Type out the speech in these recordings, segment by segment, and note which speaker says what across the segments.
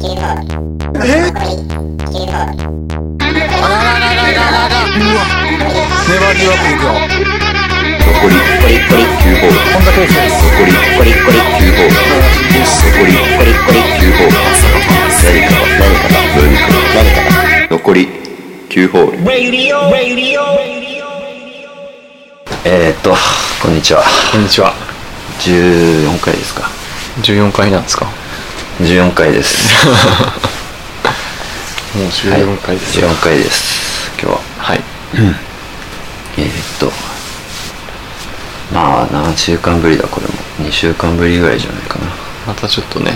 Speaker 1: えあらららららららうわ粘りよくいくよ
Speaker 2: 残り残り残り9ホール
Speaker 1: 本田圭佑です
Speaker 2: 残り残り残り9ホール残り残り残り9ホール何かが何かが何かが何かが残り9ホールえーっとこんにちは
Speaker 3: こんにちは。
Speaker 2: 14回ですか
Speaker 3: 14回なんですか。も
Speaker 2: 14回です
Speaker 3: う14回ですよ。
Speaker 2: はい、14回です今日は
Speaker 3: はい。
Speaker 2: えーっとまあ何週間ぶりだこれも2週間ぶりぐらいじゃないかな
Speaker 3: またちょっとね。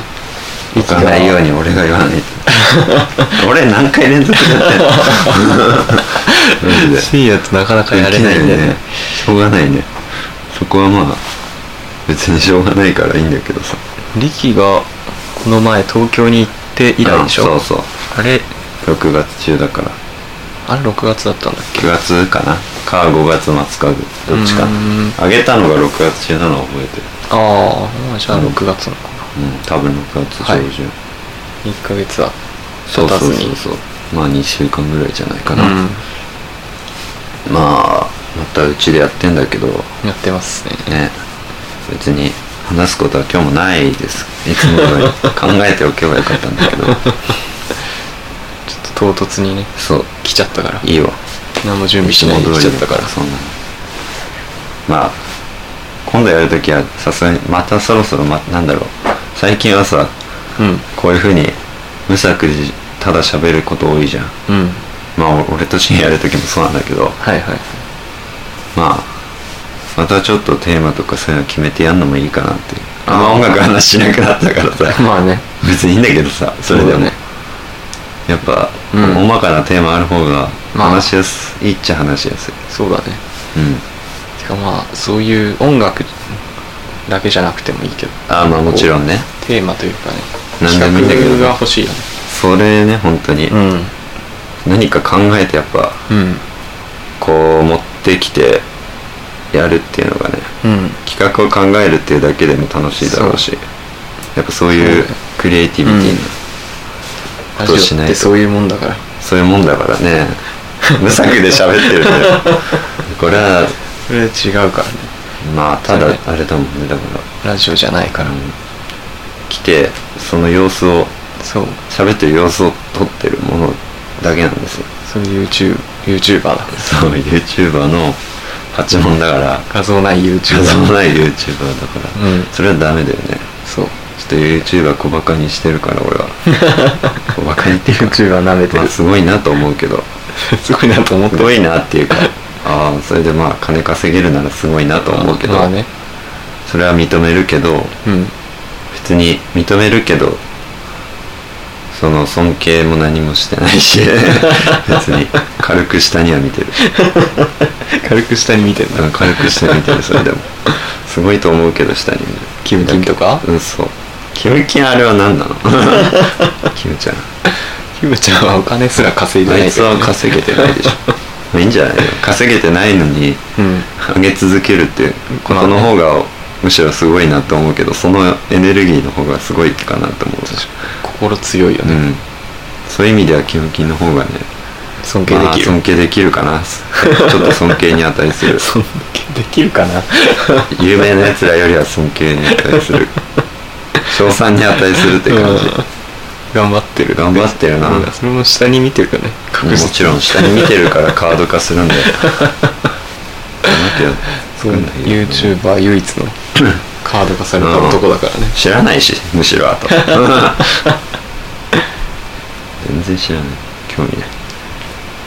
Speaker 2: 行かないように俺が言わない と俺何回連続だってんのマジで
Speaker 3: 深夜ってなかなかやれないんで、
Speaker 2: できねしょうがないねそこはまあ別にしょうがないからいいんだけどさ
Speaker 3: リキがこの前東京に行って以来でしょ。
Speaker 2: あそうそう
Speaker 3: あれ
Speaker 2: 6月中だから
Speaker 3: あれ6月だったんだっけ。
Speaker 2: 9月かなか5月末かどっちか
Speaker 3: うー
Speaker 2: あげたのが6月中なのは覚えてる
Speaker 3: ああ、まあじゃあ6月のかな。
Speaker 2: うん多分6月上旬、
Speaker 3: 1ヶ月は
Speaker 2: そう
Speaker 3: 経
Speaker 2: そ
Speaker 3: たず
Speaker 2: う
Speaker 3: に。
Speaker 2: そうそうまあ2週間ぐらいじゃないか
Speaker 3: う
Speaker 2: な、
Speaker 3: ん。
Speaker 2: まあまたうちでやってんだけど
Speaker 3: やってますね。
Speaker 2: ね別に話すことは今日もないですいつも通り考えておけばよかったん だけど
Speaker 3: ちょっと唐突にね
Speaker 2: そう
Speaker 3: 来ちゃったから。
Speaker 2: いいわ
Speaker 3: 何も準備しないで来ちゃったから。
Speaker 2: そうなのまあ今度やるときはさすがにまたそろそろ、ま、なんだろう最近はさ
Speaker 3: うん。
Speaker 2: こういうふうに無策でただ喋ること多いじゃん
Speaker 3: うん。
Speaker 2: まあお俺と深夜やるときもそうなんだけど
Speaker 3: はいはい。
Speaker 2: まあまたちょっとテーマとかそういうの決めてやるのもいいかなっていうあんま音楽話しなくなったから さ
Speaker 3: まあね。
Speaker 2: 別にいいんだけどさそれでも、
Speaker 3: そうだね
Speaker 2: やっぱ、
Speaker 3: うん
Speaker 2: 大まかなテーマある方が
Speaker 3: まあ
Speaker 2: 話しやすいっちゃ話しやすい、
Speaker 3: そうだね。
Speaker 2: うん
Speaker 3: てかまあそういう音楽だけじゃなくてもいいけど
Speaker 2: あまあもちろんね
Speaker 3: テーマというかね
Speaker 2: 何でもいいんだけど
Speaker 3: 企画が欲しいよね
Speaker 2: それね本当に、何か考えてやっぱ
Speaker 3: うん
Speaker 2: こう持ってきてやるっていうのがね
Speaker 3: うん
Speaker 2: 企画を考えるっていうだけでも楽しいだろうしやっぱそういう
Speaker 3: そうね
Speaker 2: クリエイティビティ
Speaker 3: うん
Speaker 2: の
Speaker 3: ラ
Speaker 2: どうし
Speaker 3: ジオ
Speaker 2: な
Speaker 3: っ
Speaker 2: い
Speaker 3: て
Speaker 2: と
Speaker 3: そういうもんだから
Speaker 2: そういうもんだから ね無策で喋ってるねこれは
Speaker 3: それは違うからね
Speaker 2: まあただ
Speaker 3: そうね
Speaker 2: あれだもんねだか、
Speaker 3: ラジオじゃないからら、
Speaker 2: 来てその様子を
Speaker 3: そう
Speaker 2: 喋ってる様子を撮ってるものだけなんですよ
Speaker 3: それ YouTube YouTuber だから
Speaker 2: そう YouTuber の八問だから
Speaker 3: 画像ない YouTuber
Speaker 2: 画像のない YouTuber だか
Speaker 3: う
Speaker 2: ら、
Speaker 3: ん
Speaker 2: それはダメだよね
Speaker 3: そう
Speaker 2: ちょっと YouTuber 小バカにしてるから俺 は小バカにっていうか
Speaker 3: YouTuber 舐めて
Speaker 2: まあ
Speaker 3: る
Speaker 2: すごいなと思うけど
Speaker 3: すごいなと思って
Speaker 2: すごいなっていうかああそれでまあ金稼げるならすごいなと思うけど、
Speaker 3: まあね
Speaker 2: それは認めるけど
Speaker 3: うん
Speaker 2: 別に認めるけどその尊敬も何もしてないし別に軽く下には見てる
Speaker 3: 軽く下に見てる
Speaker 2: うん軽く下に見てるそれでもすごいと思うけど下に見る
Speaker 3: キムキムとか
Speaker 2: うんそうキムキンあれは何なのキムちゃん
Speaker 3: キムちゃんはお金すら稼いで
Speaker 2: あ
Speaker 3: ないい
Speaker 2: つ
Speaker 3: から
Speaker 2: は
Speaker 3: ね
Speaker 2: 稼げてないでしょいいんじゃないの稼げてないのに
Speaker 3: うん
Speaker 2: 上げ続けるってことの方がむしろすごいなと思うけどそのエネルギーの方がすごいかなと思う
Speaker 3: 心強いよ
Speaker 2: う
Speaker 3: ね、
Speaker 2: んそういう意味ではキムキンの方がね
Speaker 3: 尊敬で
Speaker 2: まあ
Speaker 3: きる、
Speaker 2: 尊敬できるか なちょっと尊敬に値す る
Speaker 3: 尊敬できるかな
Speaker 2: 有名なやつらよりは尊敬に値す る称賛に値するって感じ、
Speaker 3: 頑張ってる
Speaker 2: 頑張ってるな、
Speaker 3: うんそれも下に見てるよね
Speaker 2: もちろん下に見てるからカード化するんだよじゃなきゃ
Speaker 3: そ
Speaker 2: 作
Speaker 3: うん
Speaker 2: ないよ
Speaker 3: YouTuber 唯一 のカード化された男だからね
Speaker 2: 知らないしむしろ あと全然知らない興味ない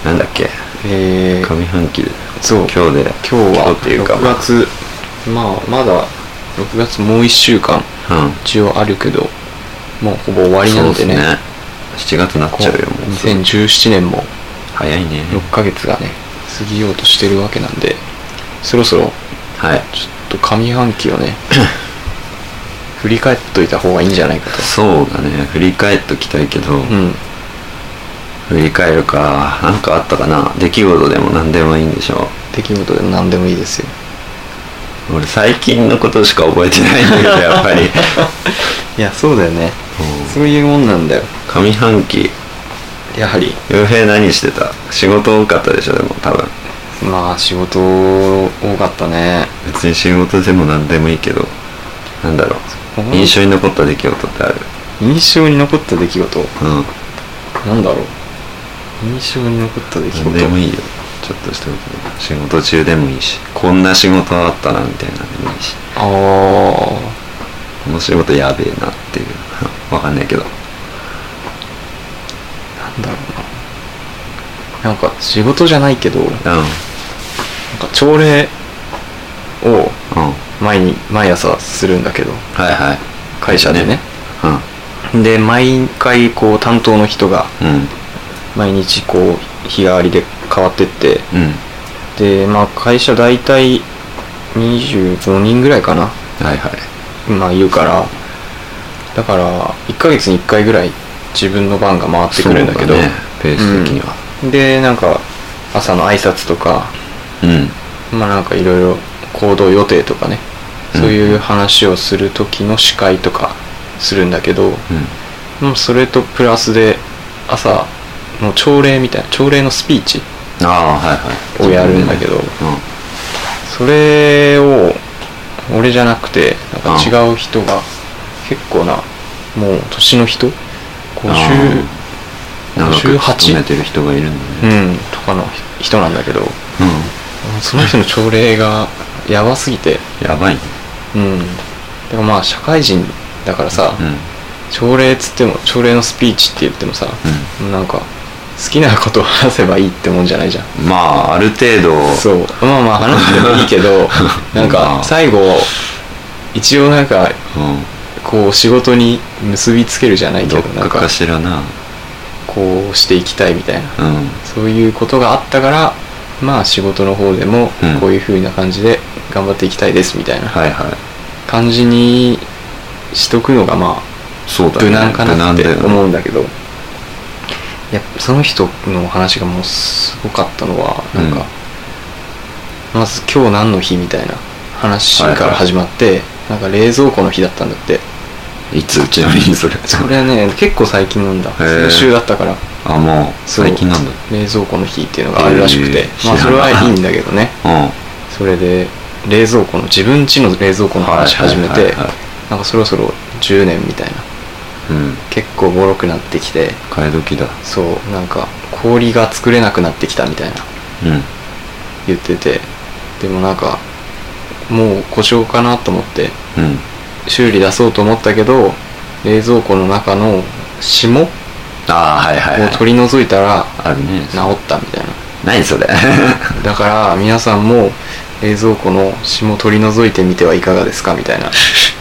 Speaker 2: なんだっけ
Speaker 3: えー、
Speaker 2: 上半期で
Speaker 3: そう今
Speaker 2: 今日で
Speaker 3: 日は
Speaker 2: っていうか
Speaker 3: 6月まあまだ6月もう1週間
Speaker 2: うん
Speaker 3: 一応あるけどもうほぼ終わりなん
Speaker 2: そ
Speaker 3: で
Speaker 2: う
Speaker 3: ね
Speaker 2: っす7月になっ
Speaker 3: こ
Speaker 2: ちゃうよもうすぐ
Speaker 3: 2017年も
Speaker 2: 早いね
Speaker 3: 6ヶ月がね過ぎようとしてるわけなんでそろそろ
Speaker 2: はい
Speaker 3: ちょっと上半期 をね振り返っといた方がいいんじゃないかと
Speaker 2: そうだね振り返っときたいけど、
Speaker 3: うん
Speaker 2: 振り返るか何かあったかな出来事でも何でもいいんでしょ
Speaker 3: 出来事でも何でもいいですよ
Speaker 2: う俺最近のことしか覚えてないんだけどやっぱり
Speaker 3: いやそうだよねそういうもんなんだよ
Speaker 2: 上半期
Speaker 3: やはり
Speaker 2: 洋平何してた仕事多かったでしょでも多分
Speaker 3: まあ仕事多かったね
Speaker 2: 別に仕事でも何でもいいけどなんだろ
Speaker 3: そう
Speaker 2: う印象に残った出来事ってある
Speaker 3: 印象に残った出来事
Speaker 2: うん
Speaker 3: なんだろう印象に残った出来事
Speaker 2: 何でもいいよちょっとしたことで仕事中でもいいしこんな仕事あったなみたいなのでもいいし
Speaker 3: ああ
Speaker 2: この仕事やべえなっていう わかんないけど
Speaker 3: なんだろうななんか仕事じゃないけどなん
Speaker 2: うん
Speaker 3: か朝礼を
Speaker 2: うん
Speaker 3: 毎に毎朝するんだけど
Speaker 2: はいはい
Speaker 3: 会社でね
Speaker 2: うん
Speaker 3: で毎回こう担当の人が
Speaker 2: うん
Speaker 3: 毎日こう日替わりで変わってって
Speaker 2: うん
Speaker 3: でまあ会社大体25人ぐらいかな
Speaker 2: はいはい
Speaker 3: まあいるからだから1ヶ月に1回ぐらい自分の番が回ってくるんだけど
Speaker 2: そうねペース的には
Speaker 3: うんでなんか朝の挨拶とか
Speaker 2: うん
Speaker 3: まあなんかいろいろ行動予定とかねそういう話をする時の司会とかするんだけど、
Speaker 2: うん
Speaker 3: もうそれとプラスで朝の朝礼みたいな朝礼のスピーチ
Speaker 2: ああはいはい
Speaker 3: をやるんだけど
Speaker 2: うん
Speaker 3: それを俺じゃなくてなんか違う人が結構なもう年の人50
Speaker 2: 長く
Speaker 3: 58
Speaker 2: 勤めてる人がいるん
Speaker 3: う
Speaker 2: だね
Speaker 3: んとかの人なんだけど
Speaker 2: う
Speaker 3: その人の朝礼がやばすぎて
Speaker 2: んやばいね
Speaker 3: うんでもまあ社会人だからさ、
Speaker 2: うん
Speaker 3: 朝礼っつっても朝礼のスピーチって言ってもさ、なんか好きなことを話せばいいってもんじゃないじゃん
Speaker 2: まあある程度
Speaker 3: そうまあまあ話してもいいけ どなん
Speaker 2: ま
Speaker 3: か
Speaker 2: あ
Speaker 3: 最後一応なんか
Speaker 2: う
Speaker 3: こう仕事に結びつけるじゃない
Speaker 2: ん
Speaker 3: け
Speaker 2: ど
Speaker 3: ど
Speaker 2: っ
Speaker 3: なん
Speaker 2: か
Speaker 3: か
Speaker 2: かしらな
Speaker 3: こうしていきたいみたいな
Speaker 2: うん
Speaker 3: そういうことがあったからまあ仕事の方でも
Speaker 2: うん
Speaker 3: こういう風な感じで頑張っていきたいですみたいな
Speaker 2: はいはい
Speaker 3: 感じにしとくのがま
Speaker 2: そう
Speaker 3: あ
Speaker 2: だね
Speaker 3: 無難かなって
Speaker 2: 無難だよね
Speaker 3: 思うんだけどいやその人の話がもうすごかったのはなんか、まず今日何の日みたいな話から始まって、なんか冷蔵庫の日だったんだって
Speaker 2: いつちなみにそれ
Speaker 3: それはね結構最近なんだ
Speaker 2: ー
Speaker 3: 先週だったから
Speaker 2: あもう
Speaker 3: そう
Speaker 2: 最近なんだ
Speaker 3: 冷蔵庫の日っていうのがあるらしくて、
Speaker 2: えー
Speaker 3: まあ
Speaker 2: 知
Speaker 3: そ
Speaker 2: ら
Speaker 3: れ
Speaker 2: な
Speaker 3: は
Speaker 2: かった
Speaker 3: いいんだけどね
Speaker 2: うん
Speaker 3: それで冷蔵庫の自分家の冷蔵庫の話
Speaker 2: はい
Speaker 3: 始
Speaker 2: は
Speaker 3: め
Speaker 2: いはいはい
Speaker 3: てなんかそろそろ10年みたいな
Speaker 2: うん
Speaker 3: 結構ボロくなってきて
Speaker 2: 替え時だ
Speaker 3: そうなんか氷が作れなくなってきたみたいな
Speaker 2: うん
Speaker 3: 言っててでもなんかもう故障かなと思って
Speaker 2: うん
Speaker 3: 修理出そうと思ったけど冷蔵庫の中の霜を
Speaker 2: ああはいはいはい
Speaker 3: 取り除いたら
Speaker 2: あるね
Speaker 3: 治ったみたいな
Speaker 2: 何 それ
Speaker 3: だから皆さんも冷蔵庫の霜を取り除いてみてはいかがですかみたいな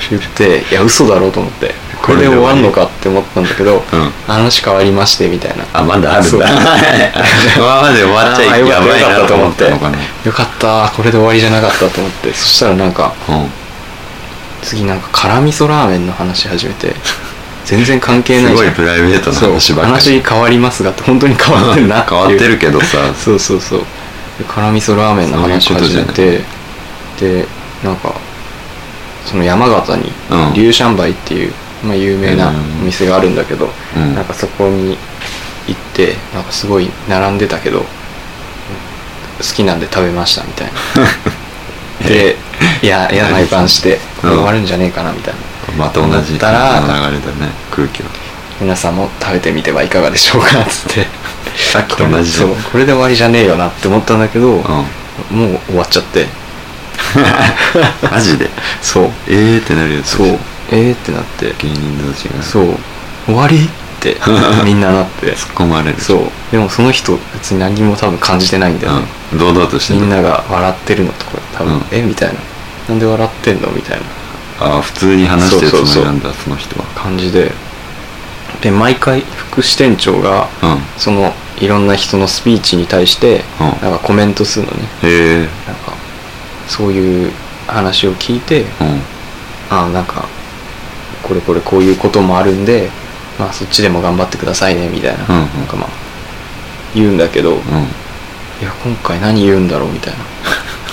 Speaker 3: 言っていや嘘だろうと思ってこれで終わんのかって思ったんだけど、
Speaker 2: うん
Speaker 3: 話変わりましてみたいな
Speaker 2: あまだあるん
Speaker 3: そう
Speaker 2: だ今まで終わっちゃ
Speaker 3: あ
Speaker 2: い
Speaker 3: よか
Speaker 2: や
Speaker 3: った
Speaker 2: ば
Speaker 3: よ
Speaker 2: い
Speaker 3: かっ
Speaker 2: な
Speaker 3: たと
Speaker 2: と
Speaker 3: 思
Speaker 2: 思
Speaker 3: っ
Speaker 2: った
Speaker 3: て
Speaker 2: のかな
Speaker 3: よかったこれで終わりじゃなかったと思ってそしたらなんか
Speaker 2: うん
Speaker 3: 次なんか辛味噌ラーメンの話し始めて全然関係ない
Speaker 2: すご
Speaker 3: じ
Speaker 2: い
Speaker 3: ゃん
Speaker 2: プライベートな話
Speaker 3: そう
Speaker 2: ばっか
Speaker 3: 話
Speaker 2: り
Speaker 3: 変わりますがって本当に変わってるなってい
Speaker 2: 変
Speaker 3: う
Speaker 2: わってるけどさ
Speaker 3: そうそうそうで辛味噌ラーメンの話
Speaker 2: そういうこと
Speaker 3: 始
Speaker 2: じゃ
Speaker 3: め
Speaker 2: ない
Speaker 3: てでなんかその山形に
Speaker 2: うん
Speaker 3: 龍山梅っていう、まあ、有名な
Speaker 2: うん
Speaker 3: お店があるんだけど、
Speaker 2: うん
Speaker 3: なんかそこに行ってなんかすごい並んでたけど好きなんで食べましたみたい なでいや嫌な予感してこれ終わるんじゃねえかなみたいな
Speaker 2: また同じ
Speaker 3: 思
Speaker 2: 流れ
Speaker 3: ったら
Speaker 2: だね空気は
Speaker 3: 皆さんも食べてみてはいかがでしょうかっつって
Speaker 2: さっきと同じじゃん
Speaker 3: そうこれで終わりじゃねえよなって思ったんだけど、
Speaker 2: う
Speaker 3: もう終わっちゃって
Speaker 2: ん マジで
Speaker 3: そう
Speaker 2: えーってなるやつ
Speaker 3: そうえーってなって
Speaker 2: 芸人同士が
Speaker 3: そう終わりって みんななって
Speaker 2: 突っ込まれる
Speaker 3: そうでもその人別に何も多分感じてないんだよね、
Speaker 2: うん堂々としてる
Speaker 3: みんなが笑ってるのとか多分、
Speaker 2: うん
Speaker 3: えみたいななんで笑ってんのみたいな
Speaker 2: あー普通に話してるつもりなんだその人は
Speaker 3: 感じでで毎回副支店長が
Speaker 2: うん
Speaker 3: そのいろんな人のスピーチに対して
Speaker 2: うん
Speaker 3: なんかコメントするのね
Speaker 2: へえ
Speaker 3: なんかそういう話を聞いて
Speaker 2: うん
Speaker 3: あなんかこれこれこういうこともあるんで、まあ、そっちでも頑張ってくださいねみたいな,、
Speaker 2: うんうん
Speaker 3: なんかまあ言うんだけど、い
Speaker 2: うん
Speaker 3: や今回何言うんだろうみ たいな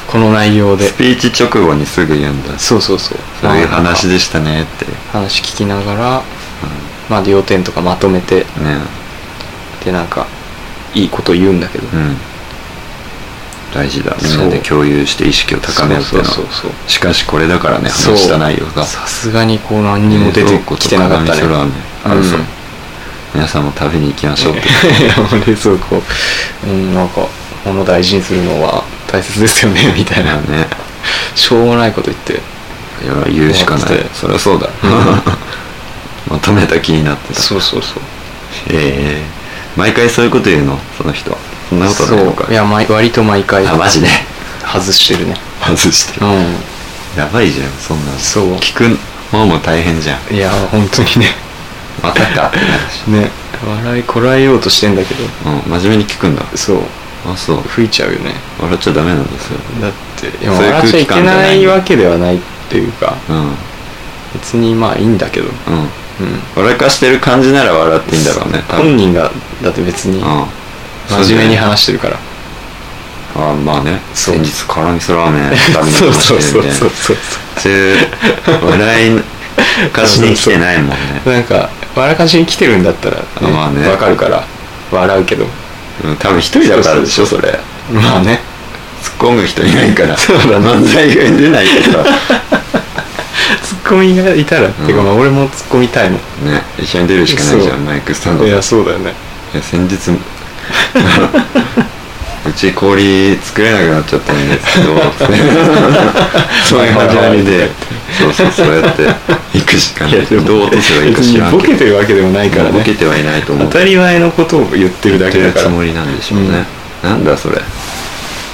Speaker 3: この内容で
Speaker 2: スピーチ直後にすぐ言うんだ
Speaker 3: そうそうそう
Speaker 2: そういう話
Speaker 3: で
Speaker 2: でしたねって
Speaker 3: 話聞きながら
Speaker 2: う
Speaker 3: まあ要点とかまとめて
Speaker 2: ね
Speaker 3: でなんかいいこと言うんだけど、
Speaker 2: うん大事だみん
Speaker 3: そ
Speaker 2: な
Speaker 3: う
Speaker 2: で共有して意識を高めるっていうの
Speaker 3: そうそうそうそう
Speaker 2: はしかしこれだからね
Speaker 3: そう
Speaker 2: 話した内容が
Speaker 3: さすがにこう何にも出てきてなかった
Speaker 2: 冷
Speaker 3: ね
Speaker 2: 蔵庫とか味噌ラーメンあるそう、
Speaker 3: うん
Speaker 2: 皆さんも食べに行きましょうって
Speaker 3: い やもう冷蔵庫うんなんか物を大事にするのは大切ですよね みたいな、
Speaker 2: ね
Speaker 3: しょうもないこと言って
Speaker 2: いや言う しかない
Speaker 3: 終わって
Speaker 2: そりゃそうだ まとめた気になってた
Speaker 3: そうそうそう
Speaker 2: ええ毎回そういうこと言うのその人そんなことないの
Speaker 3: そ
Speaker 2: か
Speaker 3: ういや毎割と毎回
Speaker 2: あマジで
Speaker 3: 外してるね
Speaker 2: 外してる
Speaker 3: う
Speaker 2: やばいじゃんそんなの
Speaker 3: そう
Speaker 2: 聞く方も大変じゃん
Speaker 3: んいや本当にね
Speaker 2: またかってなるし
Speaker 3: ね笑いこらえようとしてんだけど
Speaker 2: うん真面目に聞くんだ
Speaker 3: そう
Speaker 2: あそう
Speaker 3: 吹いちゃうよね
Speaker 2: 笑っちゃダメなんですよ
Speaker 3: だっていや
Speaker 2: そういう
Speaker 3: 笑っちゃいけ
Speaker 2: 空気感じゃ
Speaker 3: な
Speaker 2: ない
Speaker 3: いわけではないっていうか
Speaker 2: うんうん
Speaker 3: 別にまあいいんだけどうん
Speaker 2: 笑かしてる感じなら笑っていいんだろうね多分
Speaker 3: 本人がだって別に
Speaker 2: うん
Speaker 3: 真面目に話してるから
Speaker 2: ああまあね
Speaker 3: そう
Speaker 2: 先日辛味噌ラーメン食べに行き
Speaker 3: そ
Speaker 2: ま
Speaker 3: う
Speaker 2: し た
Speaker 3: そうそう
Speaker 2: よみたい
Speaker 3: そ
Speaker 2: な
Speaker 3: うそう
Speaker 2: そういう笑いかしに来てないもんね
Speaker 3: なんか笑かしに来てるんだったら、ね
Speaker 2: あまあね
Speaker 3: わかるから笑うけど
Speaker 2: うん多分一人だからでしょそれ
Speaker 3: まあね
Speaker 2: 突っ込む人いないから
Speaker 3: そうだね
Speaker 2: 漫才が出ないと さ
Speaker 3: ツッコミがいたら、っていうかまあ俺もツッコみたいもん
Speaker 2: ね一緒に出るしかないじゃ
Speaker 3: そうん
Speaker 2: マイクスタンド
Speaker 3: い
Speaker 2: いや
Speaker 3: やそうだよね
Speaker 2: 先日 うち氷作れなくなっちゃったんです けどそういう始まりでそうそうそうやって行くしかないどう落とせばいいか知ら
Speaker 3: 別に
Speaker 2: ん
Speaker 3: ボ
Speaker 2: け
Speaker 3: ケ
Speaker 2: ど
Speaker 3: てるわけでもないからね
Speaker 2: ボケてはいないと思う
Speaker 3: 当たり前のことを言ってるだけだ
Speaker 2: やっ
Speaker 3: か
Speaker 2: てる
Speaker 3: ら
Speaker 2: つもりなんでしょうね、なんだそれ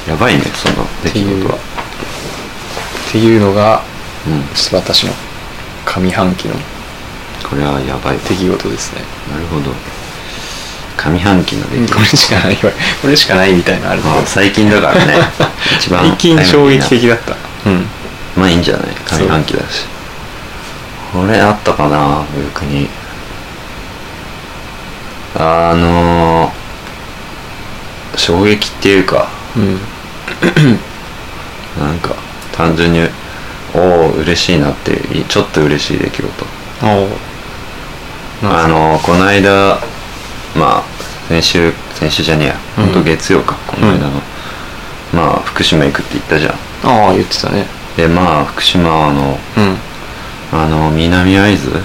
Speaker 2: やばいねその出来事は
Speaker 3: っていうのが
Speaker 2: うん
Speaker 3: 私の上半期の
Speaker 2: これはやばいわ
Speaker 3: 出来事ですね
Speaker 2: なるほど上半期の出来事
Speaker 3: これしかないわこれしかないみたいなのあるけど
Speaker 2: まあ最近 だからね一番
Speaker 3: 最近衝撃的だったうん
Speaker 2: まあいいんじゃない上半期だしこれあったかな逆にあのー衝撃っていうか
Speaker 3: うん
Speaker 2: なんか単純におお嬉しいなっていうちょっと嬉しい出来事
Speaker 3: お
Speaker 2: あのこの間まあ先週先週じゃねえや
Speaker 3: うん
Speaker 2: 本当月曜か、この間の、まあ福島行くって言ったじゃん
Speaker 3: ああ言ってたね
Speaker 2: でまあ福島の
Speaker 3: うん
Speaker 2: あの南会津、
Speaker 3: は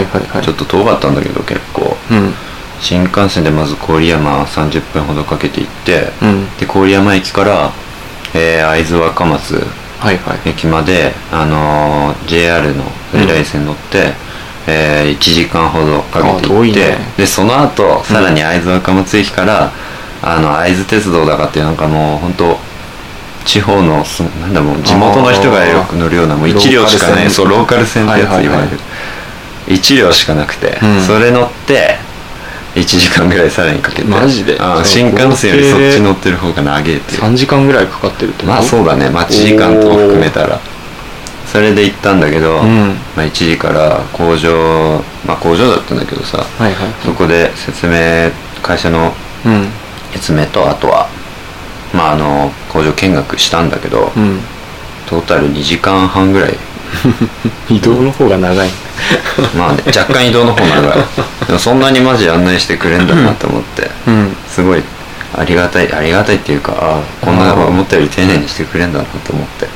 Speaker 3: いはいはい
Speaker 2: ちょっと遠かったんだけど結構
Speaker 3: うん
Speaker 2: 新幹線でまず郡山30分ほどかけて行って、
Speaker 3: うん
Speaker 2: で郡山駅から、えー会津若松
Speaker 3: はいはい
Speaker 2: 駅まで、あのー JR の在来線乗って、えー1時間ほどかけて
Speaker 3: あ遠
Speaker 2: 行っ
Speaker 3: い
Speaker 2: て、
Speaker 3: ね
Speaker 2: でその後さらに会津若松駅から、あの会津鉄道だかっていうなんかもう本当地方のすなんだもう地元の人がよく乗るようなもう
Speaker 3: ローカル
Speaker 2: 1両しかな
Speaker 3: 線
Speaker 2: いそうローカル線ってやつ
Speaker 3: はい
Speaker 2: い
Speaker 3: はい
Speaker 2: わ
Speaker 3: はい
Speaker 2: ゆる1両しかなくて、
Speaker 3: うん
Speaker 2: それ乗って1時間ぐらいさらにかけて
Speaker 3: マジで
Speaker 2: あー
Speaker 3: そう
Speaker 2: 新幹線より
Speaker 3: 合
Speaker 2: そ
Speaker 3: 計
Speaker 2: っ
Speaker 3: で
Speaker 2: ち乗ってる方が長えっていう
Speaker 3: 3時間ぐらいかかってるってこと
Speaker 2: まあそうだね待ち時間と含めたらそれで行ったんだけど、
Speaker 3: うん
Speaker 2: まあ、1時から工場まあ工場だったんだけどさ、
Speaker 3: はいはい
Speaker 2: そこで説明会社の
Speaker 3: うん
Speaker 2: 説明とあとはまああの工場見学したんだけど、
Speaker 3: うん
Speaker 2: トータル2時間半ぐらい
Speaker 3: 移動の方が長い
Speaker 2: まあ、ね、若干移動の方長 いでもそんなにマジ案内してくれんだなと思って、
Speaker 3: うん
Speaker 2: すごいありがたいありがたいっていうかあーこんな
Speaker 3: あー
Speaker 2: 思ったより丁寧にしてくれんだなと思って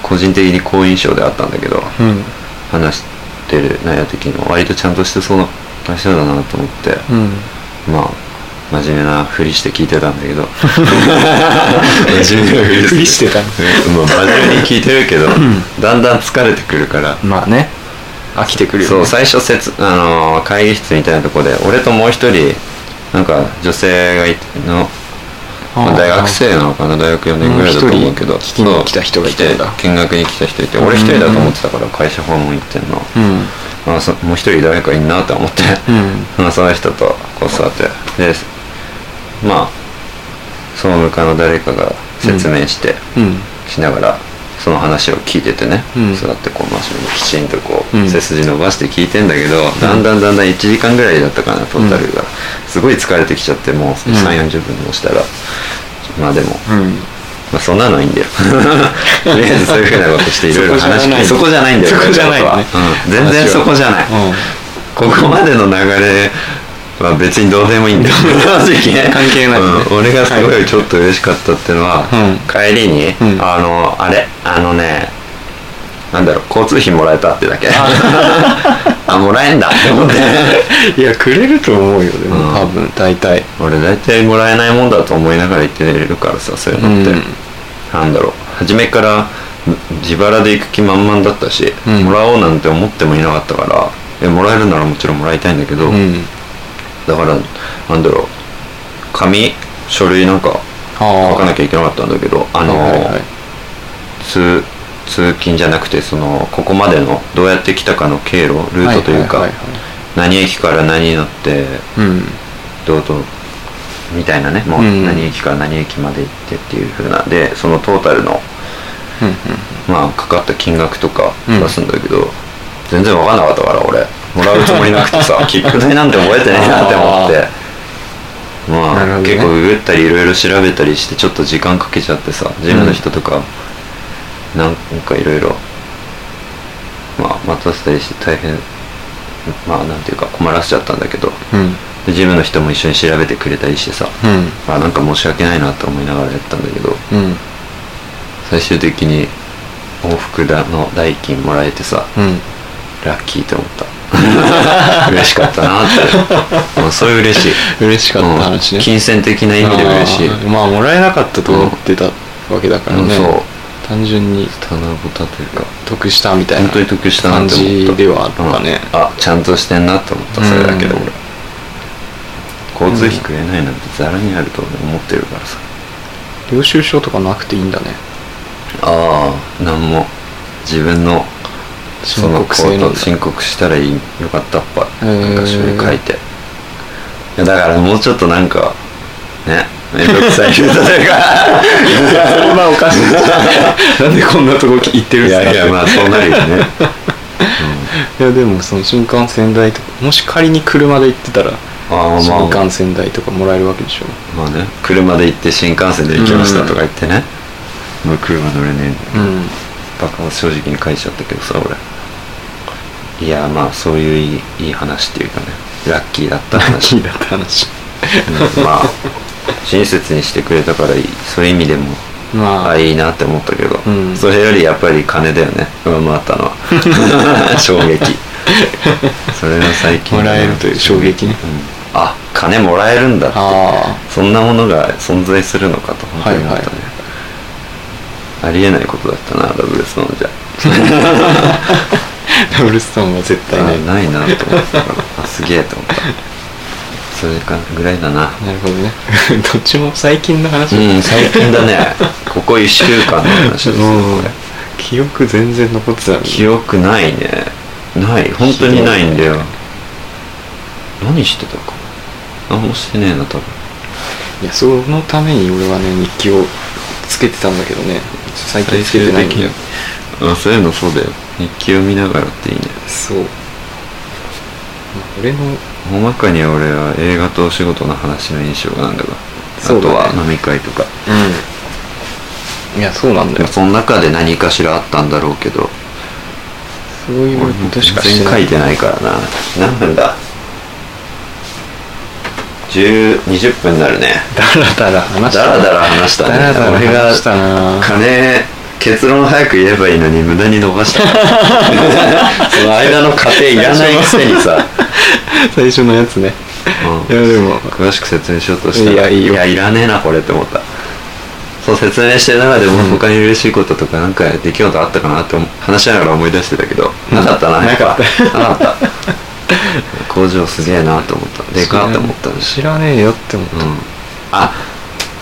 Speaker 2: 個人的に好印象であったんだけど、
Speaker 3: うん
Speaker 2: 話してる内容的にも割とちゃんとしてそうな人だなと思って、
Speaker 3: うん
Speaker 2: まあ真面目なふりして聞いてたんだけど真面目な
Speaker 3: ふりしてた
Speaker 2: うん まあ真面目に聞いてるけどだんだん疲れてくるから
Speaker 3: まあね飽きてくるよね
Speaker 2: そう最初せつ、あのー会議室みたいなとこで俺ともう一人なんか女性がいての、まあ
Speaker 3: あー
Speaker 2: 大学生なのかな大学4年ぐらいだと思うけど
Speaker 3: もう一人聞きに来た人がいたんだ
Speaker 2: そう来て見学に来た人いて俺一人だと思ってたから会社訪問行ってんの、
Speaker 3: うん
Speaker 2: まあ、そもう一人誰かいんなと思って、
Speaker 3: うん
Speaker 2: まあ、その人とこう座ってでまあ総務課の誰かが説明して、
Speaker 3: うん
Speaker 2: しながらその話を聞いててね、
Speaker 3: うん
Speaker 2: 座ってこう真面目にきちんとこう、
Speaker 3: うん
Speaker 2: 背筋伸ばして聞いてんだけど、だんだんだんだん1時間ぐらいだったかなトータルが、すごい疲れてきちゃってもう3 4 0分もしたら、まあでも、
Speaker 3: うん
Speaker 2: まあ、そんなのいいんだ よとりあえずそういうふうなことしていろいろ話聞いて
Speaker 3: そ
Speaker 2: そ
Speaker 3: こ
Speaker 2: こ
Speaker 3: じ
Speaker 2: じ
Speaker 3: ゃ
Speaker 2: ゃ
Speaker 3: な
Speaker 2: ないいんだよ
Speaker 3: そこじゃないのね
Speaker 2: 俺らとはうん、全然そこじゃない、
Speaker 3: うん
Speaker 2: ここまでの流れは別にどうでもいいんだよ正直ね
Speaker 3: 関係ないね
Speaker 2: うん俺がすご
Speaker 3: はい
Speaker 2: いちょっと嬉しかったっていうのは、
Speaker 3: うん
Speaker 2: 帰りに、
Speaker 3: うん
Speaker 2: あのあれあのねなんだろう交通費もらえたってだけ あもらえんだ って思って
Speaker 3: いやくれると思うよでも
Speaker 2: うん
Speaker 3: 多分大体
Speaker 2: 俺大体もらえないもんだと思いながら行ってるからさそういうのって、
Speaker 3: うん
Speaker 2: なんだろう初めから自腹で行く気満々だったし、
Speaker 3: うん
Speaker 2: もらおうなんて思ってもいなかったからえもらえるならもちろんもらいたいんだけど、
Speaker 3: うん
Speaker 2: だからなんだろう紙書類なんか
Speaker 3: あ
Speaker 2: 書かなきゃいけなかったんだけどあの、
Speaker 3: はいはいはい
Speaker 2: 通通勤じゃなくてそのここまでのどうやって来たかの経路ルートというか、
Speaker 3: はいはいはいは
Speaker 2: 何駅から何乗って
Speaker 3: いうん
Speaker 2: どうとみたいなねもう
Speaker 3: うん
Speaker 2: 何駅から何駅まで行ってっていう風なでそのトータルの
Speaker 3: うん
Speaker 2: まあかかった金額とか
Speaker 3: うん
Speaker 2: 出すんだけど、全然分かんなかったから俺もらうつもりなく てさキック代なんて覚えてねえなって思ってま
Speaker 3: な
Speaker 2: あ
Speaker 3: る、ほどね
Speaker 2: 結構ググったりいろいろ調べたりしてちょっと時間かけちゃってさジムの人とか、なんかいろいろまあ待たせたりして大変まあなんていうか困らせちゃったんだけど
Speaker 3: うんうん
Speaker 2: でジムの人も一緒に調べてくれたりしてさ、
Speaker 3: うん
Speaker 2: あなんか申し訳ないなと思いながらやったんだけど
Speaker 3: うん
Speaker 2: 最終的に往復だの代金もらえてさ
Speaker 3: うん
Speaker 2: ラッキーと思った嬉しかった な ってもうそれ嬉しい
Speaker 3: 嬉しかった話ね
Speaker 2: うん金銭的な意味で嬉しい、う
Speaker 3: あ
Speaker 2: ん
Speaker 3: ーまあもらえなかったと思ってたわけだからね
Speaker 2: そう
Speaker 3: 単純に
Speaker 2: 棚ぼたというか
Speaker 3: 得したみたい
Speaker 2: 本
Speaker 3: な
Speaker 2: 当に得したな
Speaker 3: 感
Speaker 2: って思った
Speaker 3: じではあったね
Speaker 2: うんあちゃんとしてんなって思ったそれだけで
Speaker 3: うん
Speaker 2: 俺、交通費食えないなんてざらにあると俺思ってるからさ
Speaker 3: 領収書とかなくていいんだね
Speaker 2: ああ何も自分のそ
Speaker 3: 申
Speaker 2: の
Speaker 3: 告制なんだ
Speaker 2: 申告したらいいよかったっぱ
Speaker 3: ー
Speaker 2: なんか書類書いていやだからもうちょっとなんかねめんどくさい言うとい うか
Speaker 3: そんなおかしいなんでこんなとこ行ってるん
Speaker 2: い
Speaker 3: ですか
Speaker 2: やいやまあそうな るよね
Speaker 3: いやでもその新幹線代とかもし仮に車で行ってたら
Speaker 2: あ
Speaker 3: 新
Speaker 2: あまあ
Speaker 3: 幹線代とかもらえるわけでしょ
Speaker 2: まあね車で行って新幹線で行きましたとか言ってねもう車乗れねえ
Speaker 3: ん
Speaker 2: バカは正直に返しちゃったけどさ俺いやまあそういういいいい話っていうかねラッキーだった話
Speaker 3: 気になった話
Speaker 2: うんまあ親切にしてくれたからいいそういう意味でも
Speaker 3: ま
Speaker 2: あ
Speaker 3: あ
Speaker 2: あいいなって思ったけど、
Speaker 3: うん
Speaker 2: それよりやっぱり金だよね上回った のは衝撃それが最近
Speaker 3: もらえるという衝撃ね
Speaker 2: うんあ金もらえるんだって
Speaker 3: あ
Speaker 2: そんなものが存在するのかと本当に思ったね、
Speaker 3: はい
Speaker 2: ありえないことだったなダブルスのじゃ
Speaker 3: あダブルストーンは絶対ない
Speaker 2: あないなと思ったからあすげえと思ったそれかぐらいだな
Speaker 3: なるほどね どっちも最近の話
Speaker 2: うん最近だ ねここ1週間の話ですよ
Speaker 3: うん
Speaker 2: これ
Speaker 3: 記憶全然残ってたのに
Speaker 2: 記憶ないねない本当にないんだよ何してたか何もしてねえな多分
Speaker 3: いやそのために俺はね日記をつけてたんだけどね最近つけてないんだよ
Speaker 2: あそういうのそうだよ日記を見ながらっていいね
Speaker 3: そう、まあ俺の
Speaker 2: 大まかに俺は映画とお仕事の話の印象がなんだが
Speaker 3: そう
Speaker 2: あ
Speaker 3: だ
Speaker 2: と
Speaker 3: ね
Speaker 2: は飲み会とか
Speaker 3: うんいやそうなんだ
Speaker 2: まあ
Speaker 3: よ
Speaker 2: その中で何かしらあったんだろうけど
Speaker 3: そういう
Speaker 2: 俺
Speaker 3: こ
Speaker 2: も
Speaker 3: と
Speaker 2: 全
Speaker 3: しかして
Speaker 2: 然
Speaker 3: な
Speaker 2: 書
Speaker 3: い
Speaker 2: いてないからな何分だ10 20分になるね
Speaker 3: だらだら話し
Speaker 2: だ
Speaker 3: た
Speaker 2: らだら話したね
Speaker 3: だらだら
Speaker 2: 俺が
Speaker 3: 話したな
Speaker 2: 金結論早く言えばいいのに無駄に伸ばした その間の過程いらないくせにさ、
Speaker 3: 最初のやつね
Speaker 2: うん
Speaker 3: いやでも
Speaker 2: 詳しく説明しようとしたら
Speaker 3: いやいいよ
Speaker 2: いらねえなこれって思ったそう説明してる中でも他に嬉しいこととかなんかできることあったかなって思話しながら思い出してたけど、
Speaker 3: うん
Speaker 2: なかったな
Speaker 3: なかった
Speaker 2: なかった 工場すげえなと思ったでかっと思ったね
Speaker 3: 知らねえよって思っ
Speaker 2: うんあ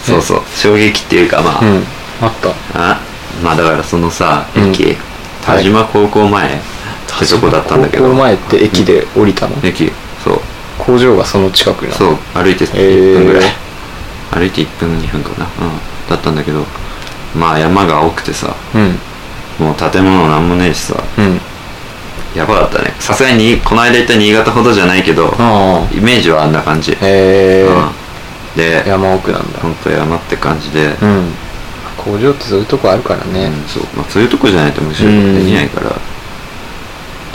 Speaker 2: そうそう衝撃っていうかまあ、
Speaker 3: たうんあった
Speaker 2: あまあだからそのさ
Speaker 3: うん
Speaker 2: 駅、田島高校前ってとこだったんだけど
Speaker 3: 高校前って駅で降りたの
Speaker 2: 駅そう
Speaker 3: 工場がその近くなの
Speaker 2: そう歩いて
Speaker 3: えー
Speaker 2: 1分ぐらい、歩いて1分2分かなうんだったんだけどまあ山が多くてさ
Speaker 3: うん
Speaker 2: もう建物なんもねえしさ
Speaker 3: うん
Speaker 2: やばかったねさすがにこの間行った新潟ほどじゃないけど
Speaker 3: あ
Speaker 2: イメージはあんな感じ、
Speaker 3: あへえ
Speaker 2: うん、で
Speaker 3: 山奥なんだ
Speaker 2: ほんと山って感じで、
Speaker 3: うん工場ってそういうとこあるからね
Speaker 2: うんそうまあ、そういうとこじゃないとむしろ
Speaker 3: うん
Speaker 2: できないから、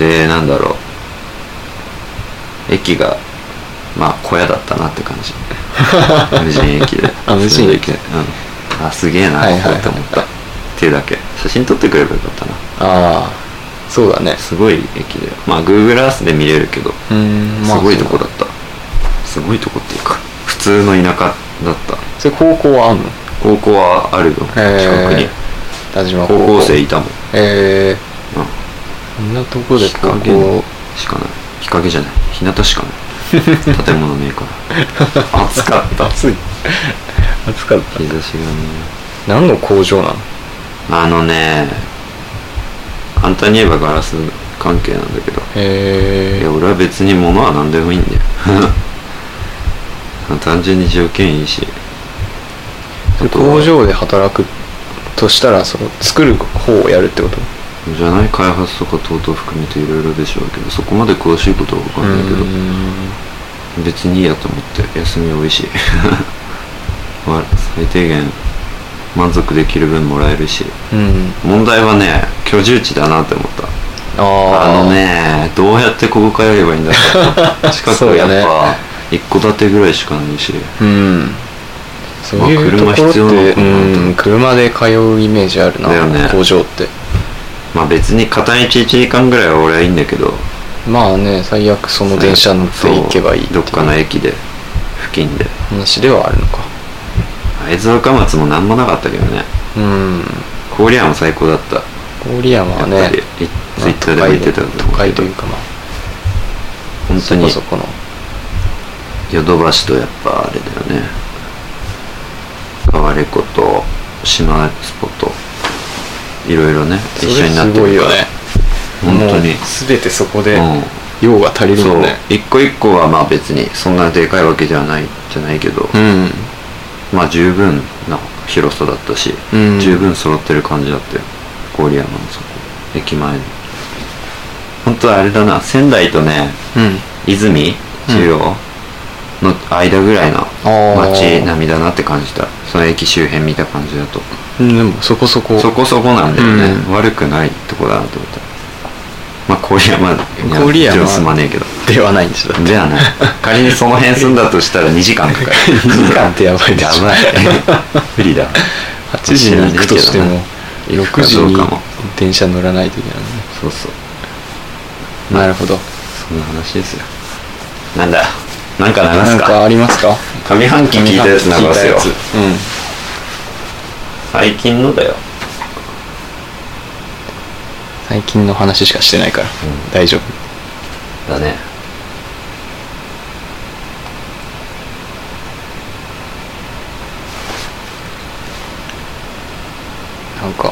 Speaker 2: でなんだろう駅がまあ小屋だったなって感 じ無人駅で
Speaker 3: あ無人駅
Speaker 2: それだけうんあすげえな
Speaker 3: はいはい
Speaker 2: ここって思ったっていうだけ写真撮ってくればよかったな
Speaker 3: ああそうだね
Speaker 2: すごい駅でまあ Google Earth で見れるけど
Speaker 3: うーん
Speaker 2: すごいとこだったすごいとこっていうか普通の田舎だった
Speaker 3: それ高校はあんの
Speaker 2: 高校はあるよ近くに
Speaker 3: えー田島
Speaker 2: 高校生いたもん、うん、
Speaker 3: ええこんなとこで
Speaker 2: 日
Speaker 3: 高
Speaker 2: 陰
Speaker 3: 校
Speaker 2: しかない日陰じゃない日向しか ない建物ねえから 暑かった
Speaker 3: 暑い 暑かっ
Speaker 2: 日差しがね
Speaker 3: た何の工場なの
Speaker 2: あのね簡単に言えばガラス関係なんだけど
Speaker 3: へ
Speaker 2: い
Speaker 3: え
Speaker 2: や俺は別に物は何でもいいんだよ 単純に条件いいしあとは
Speaker 3: 工場で働くとしたらその作る方をやるってこと
Speaker 2: じゃない開発とか等々含めていろいろでしょうけどそこまで詳しいことは分かんないけど
Speaker 3: うーん
Speaker 2: 別にいいやと思って休み多いし まあ最低限満足できる分もらえるし
Speaker 3: うん
Speaker 2: 問題はね居住地だなって思った
Speaker 3: あ
Speaker 2: あ
Speaker 3: あ
Speaker 2: のねどうやってここ通えばいいんだ ろう近く
Speaker 3: そ
Speaker 2: は
Speaker 3: うだね
Speaker 2: やっぱ一戸建てぐらいしかないし
Speaker 3: うんそういうところって、
Speaker 2: まあ車必要なのかな
Speaker 3: うん車で通うイメージあるな、
Speaker 2: だよね
Speaker 3: 工場って
Speaker 2: まあ別に片道1時間ぐらいは俺はいいんだけど
Speaker 3: まあね最悪その電車乗って行けばいいってい
Speaker 2: そうどっかの
Speaker 3: う
Speaker 2: 駅で付近で
Speaker 3: 話ではあるのか
Speaker 2: 会津若松も何もなかったけどね
Speaker 3: うん
Speaker 2: 郡山も最高だった
Speaker 3: 郡山は
Speaker 2: やっ
Speaker 3: ね
Speaker 2: ぱりいツイッターでも言ってた
Speaker 3: まあ
Speaker 2: んだ
Speaker 3: 都
Speaker 2: け
Speaker 3: 会と
Speaker 2: ど
Speaker 3: いうかまあ
Speaker 2: 本当に
Speaker 3: そこそこの
Speaker 2: ヨドバシとやっぱあれだよね川レコと島スポといろいろね
Speaker 3: そ
Speaker 2: 一
Speaker 3: れ
Speaker 2: 緒になって
Speaker 3: すごい
Speaker 2: るか
Speaker 3: よ
Speaker 2: ら
Speaker 3: ね
Speaker 2: 本当に
Speaker 3: もう全てそこで
Speaker 2: うん
Speaker 3: 用が足りる
Speaker 2: そ
Speaker 3: も
Speaker 2: うん
Speaker 3: ね
Speaker 2: 一個一個はまあ別にそんなでかいわけじゃないじゃないけど、
Speaker 3: うん
Speaker 2: まあ十分な広さだったし、
Speaker 3: うん
Speaker 2: 十分揃ってる感じだったよ郡山のそこ駅前の本当はあれだな仙台とね
Speaker 3: うん
Speaker 2: 泉中央の間ぐらいの
Speaker 3: ー
Speaker 2: 街並みだなって感じたその駅周辺見た感じだと
Speaker 3: うんでもそこそこ
Speaker 2: そこそこなんだよね、
Speaker 3: うん
Speaker 2: 悪くないとこだなと思ったまあ郡山には
Speaker 3: 郡山
Speaker 2: もちろん住まねえけど
Speaker 3: ではないんですよだって
Speaker 2: じゃあ ね仮にその辺住んだとしたら2時間かかる
Speaker 3: 2時間ってやばいでし
Speaker 2: や
Speaker 3: ょ
Speaker 2: ばい不利だ
Speaker 3: 8時に行くとして
Speaker 2: 知ら
Speaker 3: も
Speaker 2: ねえけどな
Speaker 3: 6時
Speaker 2: 行
Speaker 3: に
Speaker 2: くかどうかも
Speaker 3: 電車乗らないといけないね
Speaker 2: そうそう
Speaker 3: なるほど
Speaker 2: そんな話ですよなんだなんか流
Speaker 3: な
Speaker 2: す
Speaker 3: ん
Speaker 2: か
Speaker 3: かありますか
Speaker 2: 上半期聞いたやつ流
Speaker 3: 聞いた
Speaker 2: すよ
Speaker 3: やつうん
Speaker 2: 最近のだよ
Speaker 3: 最近の話しかしてないから
Speaker 2: ん
Speaker 3: 大丈夫
Speaker 2: だね
Speaker 3: なんか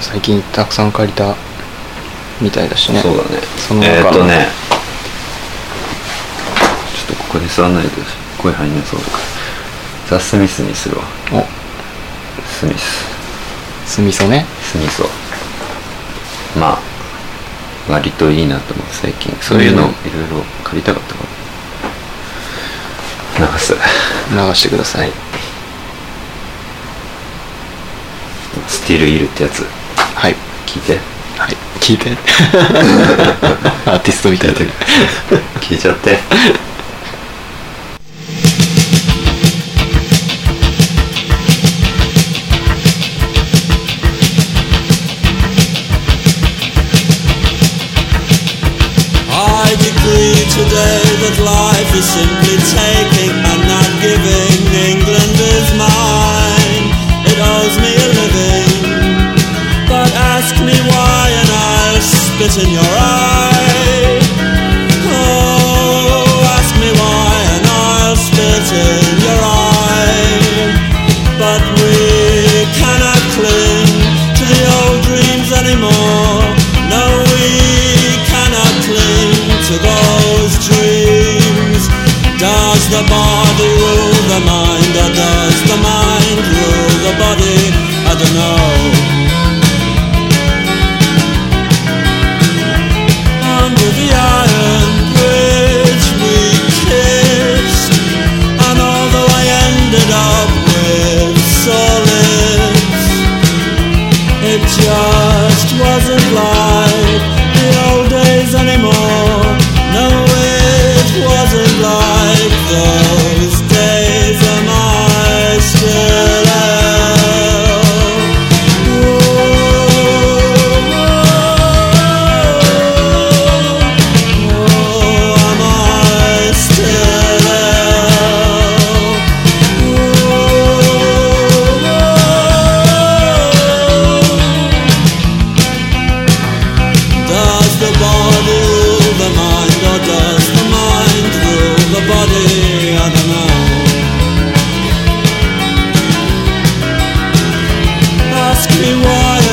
Speaker 3: 最近たくさん借りたみたいだしね
Speaker 2: そうだね
Speaker 3: その中の
Speaker 2: えーっとねちょっとここで座んないと声入んなそうだからザ・スミスにするわ
Speaker 3: お
Speaker 2: スミス
Speaker 3: 酢味噌ね
Speaker 2: スミソまあ割といいなと思う最近そういうのい
Speaker 3: うん
Speaker 2: ろいろ借りたかったから流すは
Speaker 3: 流してください
Speaker 2: いスティールイールってやつ
Speaker 3: はい
Speaker 2: 聞いて
Speaker 3: はい聞い てアーティストみたいだね
Speaker 2: 聞いちゃって
Speaker 4: I decree today that life is simply taking and not giving. England is mine, it owes me a living. But ask me why and I'll spit in your eye. Oh, ask me why and I'll spit in your eye. But we cannot cling to the old dreams anymore. No, we cannot cling to those dreams. Does the body rule the mind, or does the mind rule the body? I don't know. under the iron bridge we kissed, and although I ended up with sore lips, it just wasn't like the old days anymore. No, it Oh,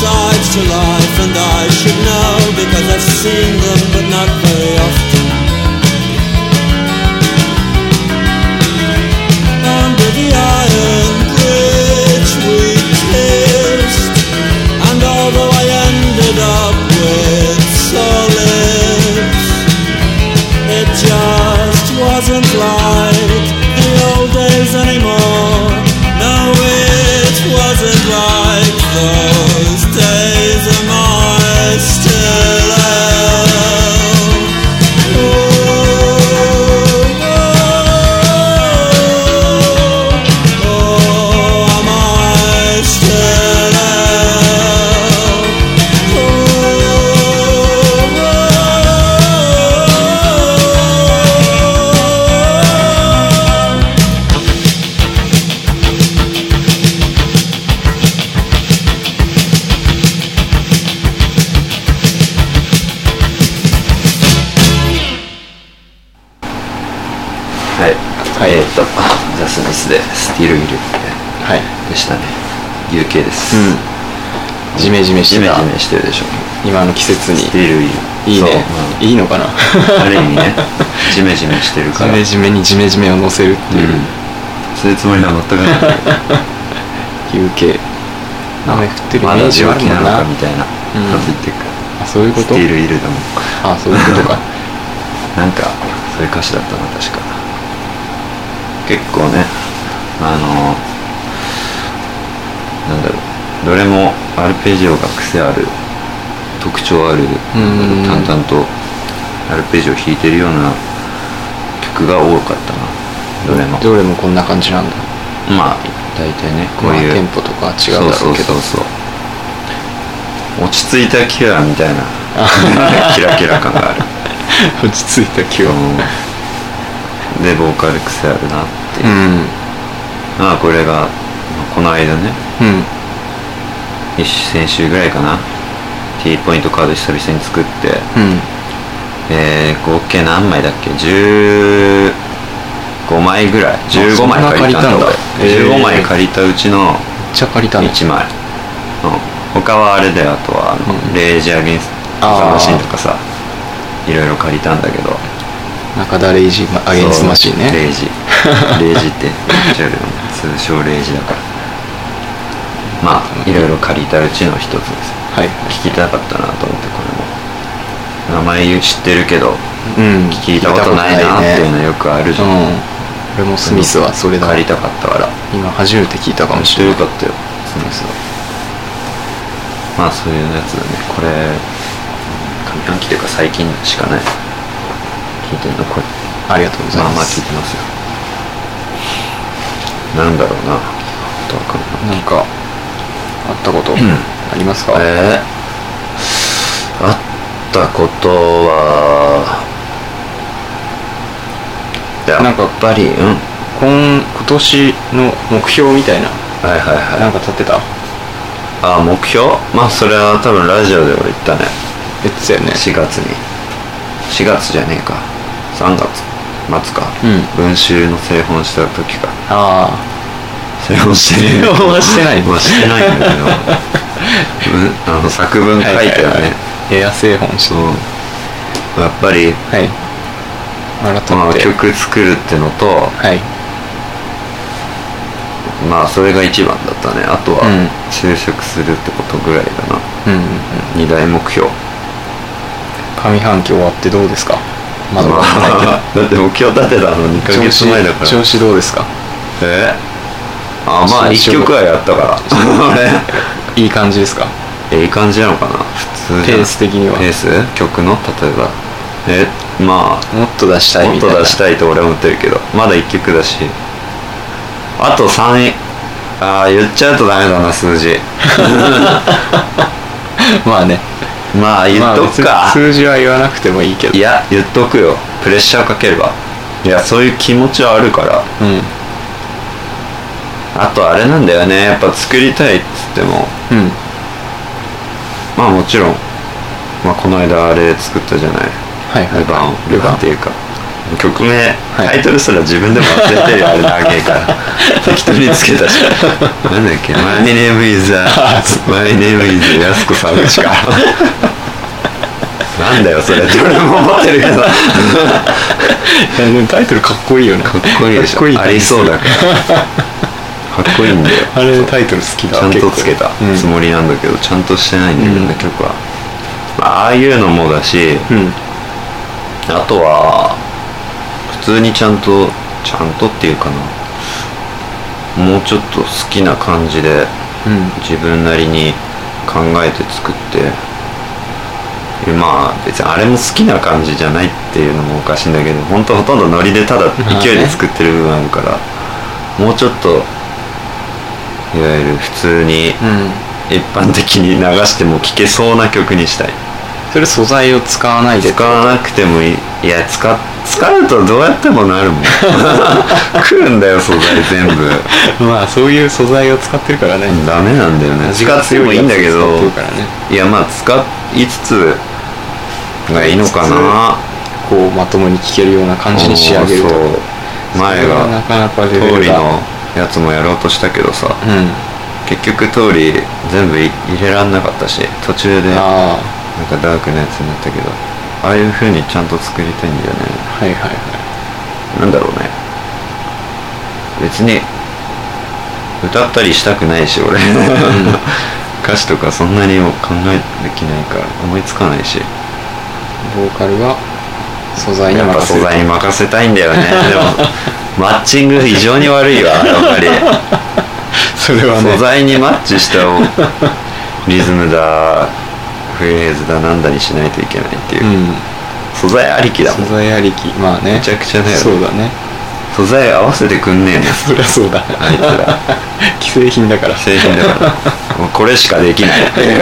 Speaker 4: to life and I should know because I've seen them but not very often. Under the iron bridge we kissed and although I ended up with sore lips, it just wasn't like the old days anymore. No, it wasn't like those days. Am I still out? Oh, oh, oh, am I still out? oh, oh.
Speaker 2: はい、
Speaker 3: はい
Speaker 2: えー、っとザ・スミスで「スティール・イル」
Speaker 3: はい
Speaker 2: でしたね UK です、
Speaker 3: うんジメジメしてた
Speaker 2: ジメジメしてるでしょ
Speaker 3: 今の季節に
Speaker 2: スティール・イル
Speaker 3: いいね
Speaker 2: そう
Speaker 3: いいのかな
Speaker 2: うんある意味ねジメジメしてる
Speaker 3: ジ
Speaker 2: から
Speaker 3: メジメにジメジメを乗せるっていう、
Speaker 2: うんそういうつもりは全くない
Speaker 3: UK 雨降ってるイ
Speaker 2: ま
Speaker 3: メー
Speaker 2: だ
Speaker 3: ジはあ
Speaker 2: 上
Speaker 3: る
Speaker 2: 気
Speaker 3: も
Speaker 2: なんの
Speaker 3: な
Speaker 2: かみたいな
Speaker 3: うん
Speaker 2: こと言ってるから、
Speaker 3: あそういうこ
Speaker 2: ス
Speaker 3: と
Speaker 2: ティール・イルだもん
Speaker 3: あそういうこと か
Speaker 2: なんかそういう歌詞だったな確か結構ねあのなんだろうどれもアルペジオが癖ある特徴ある
Speaker 3: うん
Speaker 2: 淡々とアルペジオ弾いてるような曲が多かったなどれも
Speaker 3: どれもこんな感じなんだ
Speaker 2: まあ大体ねこういう、
Speaker 3: まあテンポとかは違うだろうけど
Speaker 2: そうそうそうそう落ち着いたキュア みたいなキラキラ感がある
Speaker 3: 落ち着いた気は
Speaker 2: うんでボーカル癖あるなってい
Speaker 3: う、
Speaker 2: う
Speaker 3: ん
Speaker 2: まあこれがまあこの間ね
Speaker 3: うん
Speaker 2: 一先週ぐらいかな T ポイントカード久々に作って
Speaker 3: うん
Speaker 2: えー、合計何枚だっけ15枚ぐらい15枚
Speaker 3: そんな
Speaker 2: 借りたん
Speaker 3: 借りたん
Speaker 2: だ
Speaker 3: だ
Speaker 2: 俺
Speaker 3: えー
Speaker 2: 15枚借りたうち
Speaker 3: め
Speaker 2: の
Speaker 3: っちゃ借りたね
Speaker 2: 1枚、うん、他はあれだよあとはあの、
Speaker 3: うん
Speaker 2: レイジアゲンス
Speaker 3: あー
Speaker 2: マシンとかさいろいろ借りたんだけど
Speaker 3: 中田レイジアゲンストマシン
Speaker 2: そうレ
Speaker 3: ね
Speaker 2: イジレイジって言っちゃうよね通称レイジだからまあいろいろ借りたうちの一つです
Speaker 3: はい
Speaker 2: 聞きたかったなと思ってこれも名前知ってるけど
Speaker 3: うん
Speaker 2: 聞いたことないなっていうのよくあるじゃん、
Speaker 3: うん俺もスミスはそれだ
Speaker 2: 借りたかったから
Speaker 3: 今初めて聞いたかもしれ
Speaker 2: よ
Speaker 3: ない
Speaker 2: かったよスミスはまあそういうやつだねこれ上半期というか最近しかね聞いてんのこれ
Speaker 3: ありがとうござい
Speaker 2: まあま
Speaker 3: ま
Speaker 2: あ聞
Speaker 3: す
Speaker 2: いてますよなんだろうなあとわかんない
Speaker 3: なんかあったことありますか
Speaker 2: えーあったことはいや
Speaker 3: なんか
Speaker 2: やっぱりうん
Speaker 3: 今今年の目標みたいな
Speaker 2: はいはいはい
Speaker 3: なんか立ってた
Speaker 2: あ目標まあそれは多分ラジオで俺言ったね
Speaker 3: 言ってたよね
Speaker 2: 4月に4月じゃねえか3月末か、
Speaker 3: うん
Speaker 2: 文集の製本した時か
Speaker 3: あ
Speaker 2: 製本してねえ
Speaker 3: 製本はしてない
Speaker 2: まあしてないんだけど うんあの作文
Speaker 3: あ
Speaker 2: 書いたよね、
Speaker 3: エア製本し
Speaker 2: そ
Speaker 3: て
Speaker 2: うやっぱり、
Speaker 3: はい
Speaker 2: ま
Speaker 3: 改
Speaker 2: あ、
Speaker 3: めて
Speaker 2: 曲作るってのと、
Speaker 3: はい
Speaker 2: まあそれが一番だったねあとは
Speaker 3: うん
Speaker 2: 就職するってことぐらいだな、
Speaker 3: うんうんうん
Speaker 2: 二大目標
Speaker 3: 上半期終わってどうですかまだ終わってないけど
Speaker 2: だって目標立てたの2ヶ
Speaker 3: 調
Speaker 2: 月
Speaker 3: 子
Speaker 2: 前だから
Speaker 3: 調子どうですか
Speaker 2: えあまあ
Speaker 3: 調子
Speaker 2: 1曲はやったから
Speaker 3: いい感じですか
Speaker 2: えいい感じなのかな普通じゃん
Speaker 3: ペース的には
Speaker 2: ペース曲の例えばえまあ
Speaker 3: もっと出したい
Speaker 2: も
Speaker 3: み
Speaker 2: った
Speaker 3: い
Speaker 2: と
Speaker 3: な
Speaker 2: 出したいと俺は思ってるけどまだ1曲だしあと3ああ言っちゃうとダメだな数字
Speaker 3: まあね
Speaker 2: まあ言っとく
Speaker 3: まあ
Speaker 2: か
Speaker 3: 別に数字は言わなくてもいいけど
Speaker 2: いや言っとくよプレッシャーかければいやそういう気持ちはあるから
Speaker 3: うん
Speaker 2: あとあれなんだよねやっぱ作りたいっつっても
Speaker 3: うん
Speaker 2: まあもちろん、まあ、この間あれ作ったじゃない
Speaker 3: はいはい
Speaker 2: ルバンルバンっていうか曲名タイトルすら自分でも忘れて るよあれ長えから適当につけたしなんだっけ「My name is My name is やすこさんし かなんだよ それって俺も思ってるけどか
Speaker 3: いやでもタイトルかっこいいよね
Speaker 2: っこいいでしょ
Speaker 3: かっこいい
Speaker 2: ありそうだからかっこいいんだよ
Speaker 3: あれタイトル好きだ
Speaker 2: ちゃんと
Speaker 3: 結構
Speaker 2: つけた
Speaker 3: うん
Speaker 2: つもりなんだけど、ちゃんとしてないんだよね、
Speaker 3: うん
Speaker 2: 曲は、まあ、ああいうのもだし、
Speaker 3: うん
Speaker 2: あとは普通にちゃんとちゃんとっていうかなもうちょっと好きな感じで
Speaker 3: うん
Speaker 2: 自分なりに考えて作ってでまあ別にあれも好きな感じじゃないっていうのもおかしいんだけど本当ほとんどノリでただ
Speaker 3: あね
Speaker 2: 勢いで作ってる部分あるから、もうちょっといわゆる普通に
Speaker 3: うん
Speaker 2: 一般的に流しても聴けそうな曲にしたい
Speaker 3: それ素材を使わないで
Speaker 2: 使わなくてもいいいや使っ使うとどうやってもなるもん 食うんだよ素材全部
Speaker 3: まあそういう素材を使ってるからね
Speaker 2: ダメなんだよね
Speaker 3: 味
Speaker 2: 使
Speaker 3: が
Speaker 2: ってもいいんだけ
Speaker 3: 強
Speaker 2: ど
Speaker 3: いやつ使ってるからね
Speaker 2: いやまあ使いつつがいいのかな
Speaker 3: こうまともに聴けるような感じに仕上げると
Speaker 2: そう前
Speaker 3: それはな
Speaker 2: が
Speaker 3: かなかレ
Speaker 2: 通
Speaker 3: ベル
Speaker 2: り
Speaker 3: が
Speaker 2: のやつもやろうとしたけどさ
Speaker 3: うん
Speaker 2: 結局通り全部い入れらんなかったし途中でなん
Speaker 3: あ
Speaker 2: かダークなやつになったけどああいう風にちゃんと作りたいんだよね
Speaker 3: あはいはいは
Speaker 2: なんだろうね別に歌ったりしたくないし俺 歌詞とかそんなにも考えできないから思いつかないし
Speaker 3: いボーカルは素材に
Speaker 2: やっぱ
Speaker 3: 任せ
Speaker 2: 素
Speaker 3: る
Speaker 2: 材に任せたいんだ よねでもマッチング非常に悪いわやっ ぱり
Speaker 3: それはね
Speaker 2: 素材にマッチしたリズムだフレーズだなんだにしないといけないっていうう、
Speaker 3: ん
Speaker 2: 素材ありきだもん
Speaker 3: 素材ありきまあね
Speaker 2: めちゃくちゃだよ
Speaker 3: そうだね
Speaker 2: 素材合わせてくんねえの
Speaker 3: そりゃそうだ
Speaker 2: あいつら
Speaker 3: 既製品だから
Speaker 2: 製品だからもうこれしかで きないっていう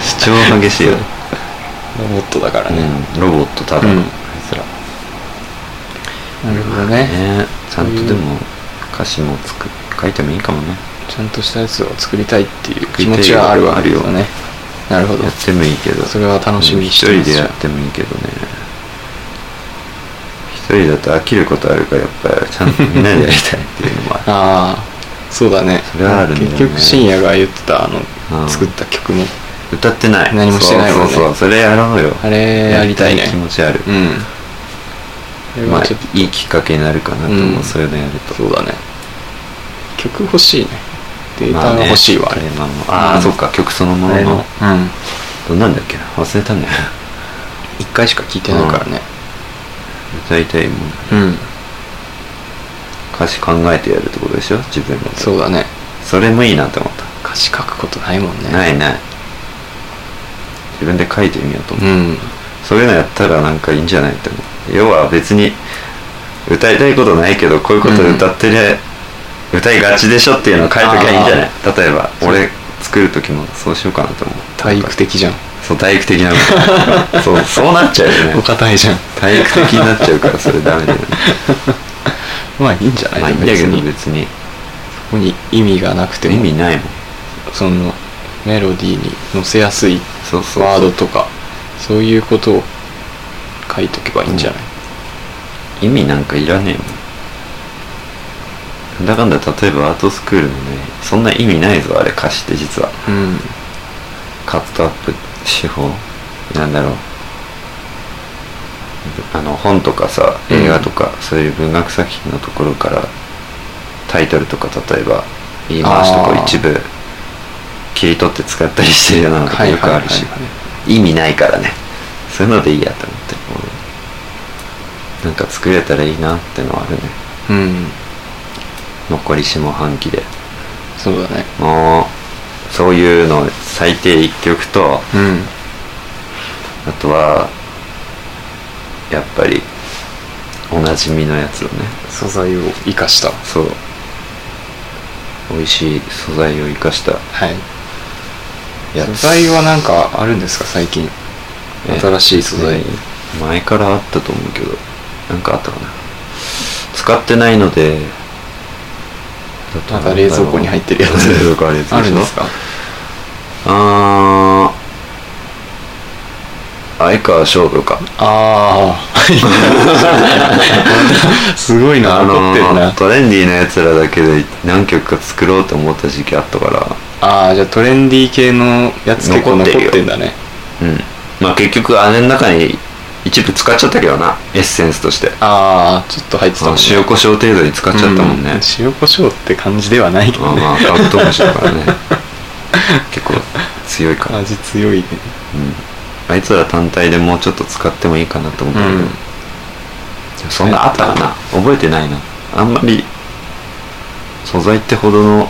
Speaker 2: 主張激しいよ、
Speaker 3: ロボットだからね、
Speaker 2: うん、ロボットただの、
Speaker 3: うん
Speaker 2: あいつら
Speaker 3: なるほどね
Speaker 2: ねちゃんとでも歌詞もつく書いてもいいかもね
Speaker 3: ちゃんとしたやつを作りたいっていう気持ちはあるわ
Speaker 2: 作りたいよ
Speaker 3: そうねなるほど
Speaker 2: やってもいいけど
Speaker 3: それは楽しみにしてます
Speaker 2: うん一人でやってもいいけどね一人だと飽きることあるからやっぱりちゃんとみんなでやりたいって いうのもある
Speaker 3: ああそうだね
Speaker 2: それはあるんだよね
Speaker 3: 結局深夜が言ってたあ
Speaker 2: う
Speaker 3: の
Speaker 2: ん
Speaker 3: 作った曲も
Speaker 2: 歌ってない
Speaker 3: 何もしてないもんね
Speaker 2: そうそうそうそれやろうよ
Speaker 3: あれやりたいね
Speaker 2: 気持ちある、
Speaker 3: うんあれ
Speaker 2: ま
Speaker 3: は
Speaker 2: あ
Speaker 3: ちょっと、
Speaker 2: いいきっかけになるかなと思う、
Speaker 3: うん
Speaker 2: そういうのやると
Speaker 3: そうだね曲欲しいねデータが欲しいわ、
Speaker 2: まあ
Speaker 3: あ
Speaker 2: ね
Speaker 3: れ
Speaker 2: テーマもあ
Speaker 3: う
Speaker 2: あ
Speaker 3: ん
Speaker 2: そっか曲そのも
Speaker 3: あ
Speaker 2: の
Speaker 3: れの
Speaker 2: の
Speaker 3: うん
Speaker 2: どんなんだっけな忘れたんだよな
Speaker 3: 一回しか聴いてないからね
Speaker 2: 大体も
Speaker 3: う
Speaker 2: う
Speaker 3: ん、
Speaker 2: 歌詞考えてやるってことでしょ自分も
Speaker 3: そうだね
Speaker 2: それもいいなって思った
Speaker 3: 歌詞書くことないもんね
Speaker 2: ないない自分で書いてみようと思
Speaker 3: う
Speaker 2: う、
Speaker 3: ん
Speaker 2: そういうのやったらなんかいいんじゃないって思う要は別に歌いたいことないけどこういうこと歌ってね、歌いがちでしょっていうのを書いときゃいいんじゃない例えば
Speaker 3: う
Speaker 2: 俺作る時もそうしようかなと思う
Speaker 3: 体育的じゃん
Speaker 2: そう体育的 なのそうそうなっちゃうよ
Speaker 3: お
Speaker 2: ね
Speaker 3: 堅いじゃん
Speaker 2: 体育的になっちゃうからそれダメだよね
Speaker 3: まあいいんじゃない
Speaker 2: まあいいんだけど
Speaker 3: 別に
Speaker 2: 別に
Speaker 3: ここに意味がなくても
Speaker 2: 意味ないもん
Speaker 3: そのメロディーに乗せやすい
Speaker 2: そうそうそう
Speaker 3: ワードとかそういうことを書いとけばいいんじゃない、
Speaker 2: 意味なんかいらねえもんなんだかんだ例えばアートスクールもねそんな意味ないぞあれ歌詞って実は
Speaker 3: うん
Speaker 2: カットアップ手法なんだろうあの本とかさ
Speaker 3: うん
Speaker 2: 映画とか、そういう文学作品のところからタイトルとか例えば言い回しとかを一部切り取って使ったりしてるようなのとかよくある
Speaker 3: はい
Speaker 2: し
Speaker 3: はいはい
Speaker 2: 意味ないからねそういうのでいいやと思って俺なんか作れたらいいなってのはあるね
Speaker 3: うん
Speaker 2: 残り下半期で
Speaker 3: そうだね
Speaker 2: もうそういうの最低1曲と
Speaker 3: うん
Speaker 2: あとはやっぱりおなじみのやつをね
Speaker 3: 素材を生かした
Speaker 2: そう美味しい素材を生かした
Speaker 3: はい
Speaker 2: や
Speaker 3: 素
Speaker 2: つ
Speaker 3: 材はなんかあるんですか最近
Speaker 2: え
Speaker 3: 新しい素材
Speaker 2: ね前からあったと思うけどなんかあったかな使ってないので
Speaker 3: ま
Speaker 2: だとなんだ
Speaker 3: だ
Speaker 2: ろう
Speaker 3: 冷蔵庫に入ってるやつ
Speaker 2: 冷蔵庫あるやつ
Speaker 3: あるんですか
Speaker 2: あーあ江川勝負か
Speaker 3: ああすごいな
Speaker 2: あ
Speaker 3: 残ってるな
Speaker 2: のトレンディーなやつらだけで何曲か作ろうと思った時期あったから
Speaker 3: ああじゃあトレンディー系のやつ結構
Speaker 2: 残
Speaker 3: 残
Speaker 2: ってるよ
Speaker 3: ってんだね
Speaker 2: うんまあ結局あれの中に一部使っちゃったけどなエッセンスとして
Speaker 3: ああちょっと入ってたもん、ね、
Speaker 2: 塩コショウ程度に使っちゃったもんね、
Speaker 3: うん塩コショウって感じではないけ
Speaker 2: ま
Speaker 3: ど
Speaker 2: あ
Speaker 3: ね
Speaker 2: まあカブトムシだからね結構強いから、
Speaker 3: 味強いね
Speaker 2: あいつら単体でもうちょっと使ってもいいかなと思ったけど、
Speaker 3: うん
Speaker 2: でもそんなあったかな覚えてないなあんまり素材ってほどの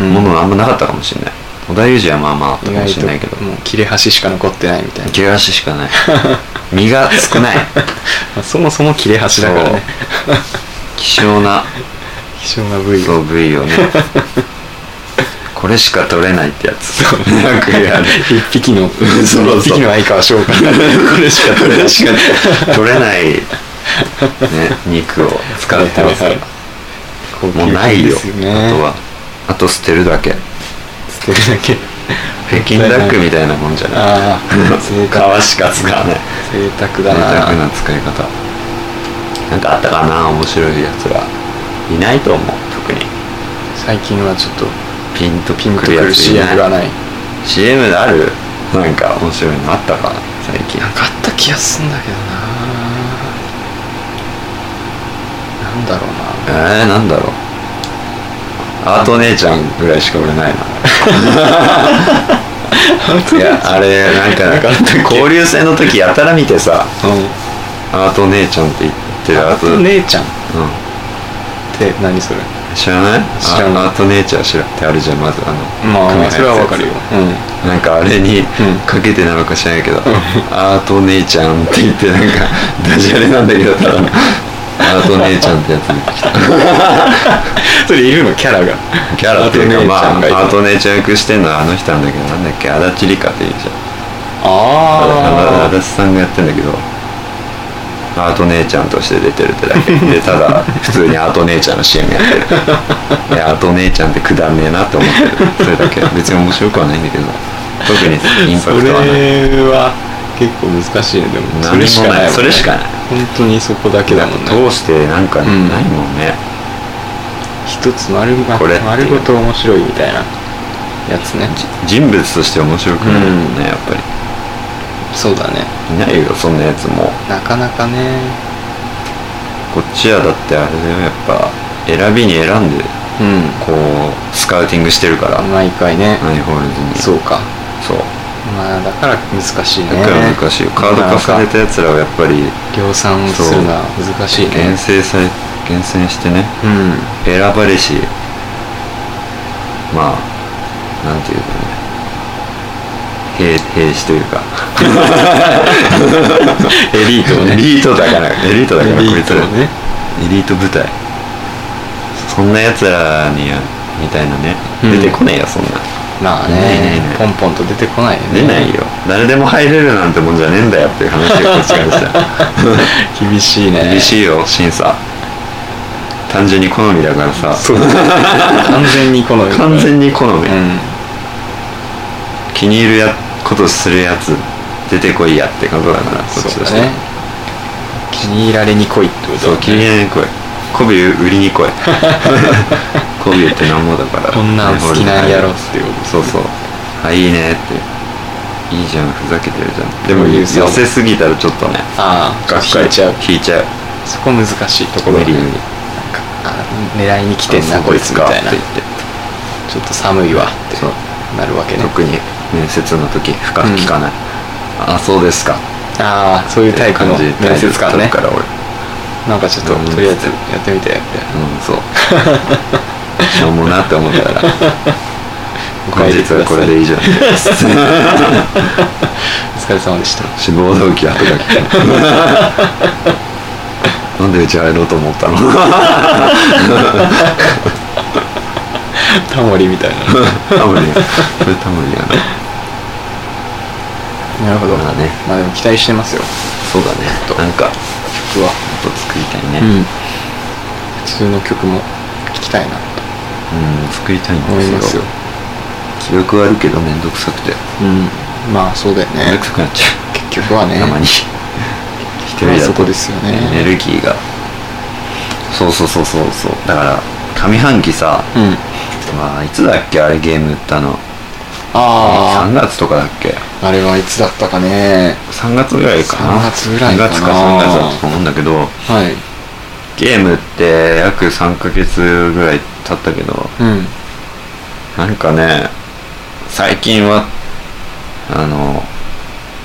Speaker 2: ものがあんまなかったかもしれない、織田裕二はまあまああっ
Speaker 3: 意
Speaker 2: たかも
Speaker 3: 外
Speaker 2: しれないけど
Speaker 3: ともう切れ端しか残ってないみたいな、
Speaker 2: 毛足しかない身が少ない
Speaker 3: まあそもそも切れ端だからね
Speaker 2: 希少な
Speaker 3: 希少な部位
Speaker 2: そう部位をねこれしか取れないってやつなんかやる
Speaker 3: 一匹の
Speaker 2: そうそう
Speaker 3: 一匹の相川翔から これしか取れないしか
Speaker 2: 取れない、ね、肉を使ってますから、もうないよあとはあと捨てるだけ
Speaker 3: 捨てるだけ
Speaker 2: 北京ダックみたいなもんじゃない
Speaker 3: ああそうか
Speaker 2: 皮しか使わない
Speaker 3: 贅沢
Speaker 2: 贅
Speaker 3: だ
Speaker 2: 沢
Speaker 3: な
Speaker 2: な使い方なんかあったかな面白いやつらいないと思う特に
Speaker 3: 最近はちょっと
Speaker 2: ピンと
Speaker 3: ピ
Speaker 2: ピ
Speaker 3: ン
Speaker 2: ン
Speaker 3: と
Speaker 2: と
Speaker 3: く
Speaker 2: や
Speaker 3: る
Speaker 2: つい
Speaker 3: CM が
Speaker 2: ない
Speaker 3: ない
Speaker 2: CM であるなんか面白いのあったか最近
Speaker 3: なんかあった気がすんだけどななんだろうな
Speaker 2: えー、なんだろうアート姉ちゃんぐらいしか俺 ないないやあれなんか
Speaker 3: なんかあったっけ
Speaker 2: 交流戦の時やたら見てさ
Speaker 3: うん
Speaker 2: アート姉ちゃんって言ってるア
Speaker 3: あ
Speaker 2: ート、
Speaker 3: と
Speaker 2: うん、
Speaker 3: 姉ちゃんって何それ
Speaker 2: 知らない
Speaker 3: 知らない
Speaker 2: あアート姉ちゃん知らってあるじゃんまずあの
Speaker 3: ま
Speaker 2: 組
Speaker 3: あ
Speaker 2: 合
Speaker 3: それはわかるよ
Speaker 2: やつ
Speaker 3: うん
Speaker 2: なんかあれに
Speaker 3: うん
Speaker 2: かけてなのか知らないけど、アート姉ちゃんって言ってなんかダジャレなんだけどただ のアート姉ちゃんってやつ出てきた
Speaker 3: それいるのキャラが
Speaker 2: キャラっていうかまあ
Speaker 3: あと姉ちゃんがいる
Speaker 2: アート姉ちゃん役してんのはあの人なんだけどなんだっけ足立梨花っていうじゃんあ
Speaker 3: あ
Speaker 2: 足立さんがやってんだけどアート姉ちゃんとして出てるって だけでただ普通にアート姉ちゃんの CM やってる いやアート姉ちゃんってくだんねえなって思ってるそれだけ別に面白くはないんだけど特にイン
Speaker 3: あ
Speaker 2: パ
Speaker 3: そ
Speaker 2: ク
Speaker 3: れ
Speaker 2: トはない
Speaker 3: は結構難しいねでも
Speaker 2: 何
Speaker 3: そ
Speaker 2: もな
Speaker 3: れ
Speaker 2: い
Speaker 3: しかない
Speaker 2: それしかない
Speaker 3: 本当にそこだけだもんね
Speaker 2: 通してなんか
Speaker 3: ん
Speaker 2: ないもんね、
Speaker 3: 一つ丸ま
Speaker 2: これっていう
Speaker 3: 丸ごと面白いみたいなやつね
Speaker 2: じ人物として面白くないもんね、やっぱり
Speaker 3: そうだね
Speaker 2: いないよそんなやつも
Speaker 3: なかなかね
Speaker 2: こっちはだってあれだよやっぱ選びに選んで
Speaker 3: うん
Speaker 2: こうスカウティングしてるから、ア
Speaker 3: 毎回ね
Speaker 2: イホールズに
Speaker 3: そうか
Speaker 2: そう
Speaker 3: まあだから難しいね
Speaker 2: だから難しいよ、カード化されたやつらはやっぱり
Speaker 3: 量産するのは難しいね
Speaker 2: 厳選され厳選してね
Speaker 3: うん
Speaker 2: 選ばれしまあなんていうかね兵兵士というかエリートねエリートだからエリートだから
Speaker 3: エリート
Speaker 2: こいつら
Speaker 3: ね
Speaker 2: エリート部隊そんなやつらにはみたいなね、
Speaker 3: うん
Speaker 2: 出てこねえよそんな
Speaker 3: まあ
Speaker 2: ないない
Speaker 3: ね
Speaker 2: ない
Speaker 3: ポンポンと出てこないよね
Speaker 2: 出ないよ誰でも入れるなんてもんじゃねえんだよっていう話をこっちか らした
Speaker 3: 厳しいね
Speaker 2: 厳しいよ審査単純に好みだからさ
Speaker 3: そう完全にこの
Speaker 2: 完全に好み、
Speaker 3: うん
Speaker 2: 気に入るやことするやつ出てこいやってことだからこっち
Speaker 3: そ
Speaker 2: と
Speaker 3: う
Speaker 2: し
Speaker 3: だ
Speaker 2: て
Speaker 3: ね気に入られに来いってこと
Speaker 2: そう気に入らない声媚び売り に来い媚びってなんもだから
Speaker 3: こんなん好きなんやろっていう
Speaker 2: そうそうあいいねっていいじゃんふざけてるじゃんでも寄せすぎたらちょっとね
Speaker 3: ああ引いちゃう
Speaker 2: 引いちゃう
Speaker 3: そこ難しいところ
Speaker 2: 無理
Speaker 3: に
Speaker 2: 無理
Speaker 3: 狙いに来てんな
Speaker 2: あ
Speaker 3: こいつみたいな
Speaker 2: そうですかって
Speaker 3: ち
Speaker 2: 言って
Speaker 3: ょっと寒いわって
Speaker 2: そう
Speaker 3: なるわけね
Speaker 2: 特に面接の時深く聞かない、あそうですか
Speaker 3: ああそういうタイプの
Speaker 2: って感
Speaker 3: 面
Speaker 2: じ
Speaker 3: 接官ね
Speaker 2: から俺
Speaker 3: なんかちょっと
Speaker 2: うん
Speaker 3: とりあえずやってみてみたいな
Speaker 2: うんそう しょうもなって思ったら
Speaker 3: お
Speaker 2: 本
Speaker 3: 帰り
Speaker 2: 日
Speaker 3: くだ
Speaker 2: は
Speaker 3: さ
Speaker 2: こ
Speaker 3: い
Speaker 2: れでいいじゃ
Speaker 3: お
Speaker 2: ん
Speaker 3: 疲れ様でした
Speaker 2: 志望動機後が 来たなんでうち入ろうと思った の
Speaker 3: タモリみ たい
Speaker 2: タモリこれタモリやな
Speaker 3: ななるほど
Speaker 2: まあね
Speaker 3: まあでも期待してますよ
Speaker 2: そうだねなんか
Speaker 3: 僕は
Speaker 2: 音作りたいね
Speaker 3: うん普通の曲も聴きたいな
Speaker 2: うん、作りたいん
Speaker 3: と思い
Speaker 2: で
Speaker 3: ますす
Speaker 2: よ
Speaker 3: よ
Speaker 2: 記憶はあるけど面倒くさくて
Speaker 3: うんまあそうだよ
Speaker 2: 面
Speaker 3: ね
Speaker 2: 倒くさくなっちゃう
Speaker 3: 結局はね
Speaker 2: たま に一人だと
Speaker 3: そこですよね
Speaker 2: エネルギーがそうそうそうそうそうだから上半期さ、
Speaker 3: うん
Speaker 2: まあいつだっけあれゲーム売ったの3
Speaker 3: あ
Speaker 2: 月とかだっけ
Speaker 3: ああれはいつだったかね
Speaker 2: 3月ぐらいかな
Speaker 3: 3月ぐらいかな
Speaker 2: 2月か3月だったと思うんだけど
Speaker 3: はい
Speaker 2: ゲームって約3ヶ月ぐらい経ったけど
Speaker 3: うん
Speaker 2: なんかね最近はあの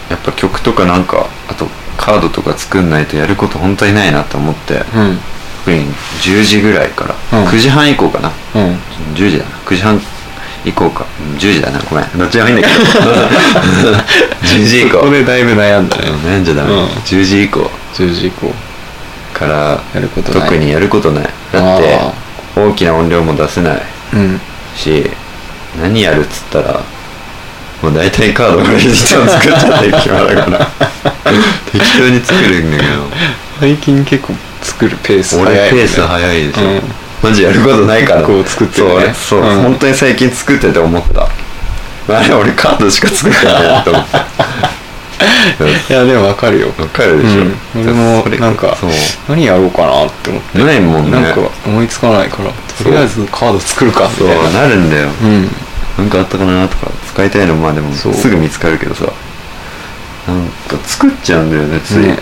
Speaker 2: やっぱ曲とかなんかあとカードとか作んないとやること本当にないなと思って
Speaker 3: うん
Speaker 2: 特に10時ぐらいから、
Speaker 3: うん
Speaker 2: 9時半以降かな
Speaker 3: うん
Speaker 2: 10時だな9時半以降かうん10時だなごめんどっちでもいいんだけど 10時以降
Speaker 3: そこでだいぶ悩んだね
Speaker 2: 悩んじゃダメ、
Speaker 3: うん
Speaker 2: 10時以降
Speaker 3: 10時以降
Speaker 2: から
Speaker 3: やることない
Speaker 2: 特にやることないだって
Speaker 3: あ
Speaker 2: 大きな音量も出せない
Speaker 3: うん
Speaker 2: し何やるっつったらもう大体カードクレジットを作っちゃってる暇だ から適当に作るんだけど
Speaker 3: 最近結構作るペース早い、ね、
Speaker 2: 俺ペース早いでしょ、
Speaker 3: うん
Speaker 2: マジやることないから
Speaker 3: 結構作ってるね
Speaker 2: そう俺そう、
Speaker 3: うん
Speaker 2: 本当に最近作ってて思ったあれ俺カードしか作ってないな と思って
Speaker 3: いやでもわかるよ
Speaker 2: わかるでしょ、
Speaker 3: うん、俺も
Speaker 2: それ
Speaker 3: なんか
Speaker 2: そう
Speaker 3: 何やろうかなって思って
Speaker 2: ないもんね
Speaker 3: なんか思いつかないから
Speaker 2: そう
Speaker 3: とりあえずカード作るかみ
Speaker 2: そう
Speaker 3: たいな
Speaker 2: なるんだよ
Speaker 3: うん
Speaker 2: なんかあったかなとか使いたいのまあでも
Speaker 3: そう
Speaker 2: すぐ見つかるけどさなんか作っちゃうんだよねつい、
Speaker 3: ね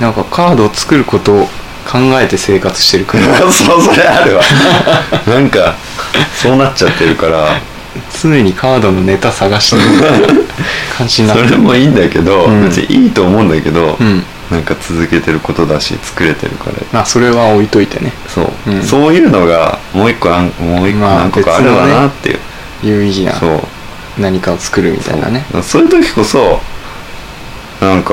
Speaker 3: なんかカードを作ることを考えて生活してるから
Speaker 2: そうそれあ るわなんかそうなっちゃってるから
Speaker 3: 常にカードのネタ探してるみたいな 感じになっ
Speaker 2: そ
Speaker 3: て
Speaker 2: れもいいんだけど、
Speaker 3: うん
Speaker 2: 別にいいと思うんだけど、
Speaker 3: うん
Speaker 2: なんか続けてることだし作れてるから
Speaker 3: まあそれは置いといてね
Speaker 2: そう、
Speaker 3: うん
Speaker 2: そういうのがもう一個あんもう一個
Speaker 3: まあ
Speaker 2: 何個かあるわなっていう、
Speaker 3: 有意義な
Speaker 2: そう
Speaker 3: 何かを作るみたいなね
Speaker 2: そうそういう時こそなんか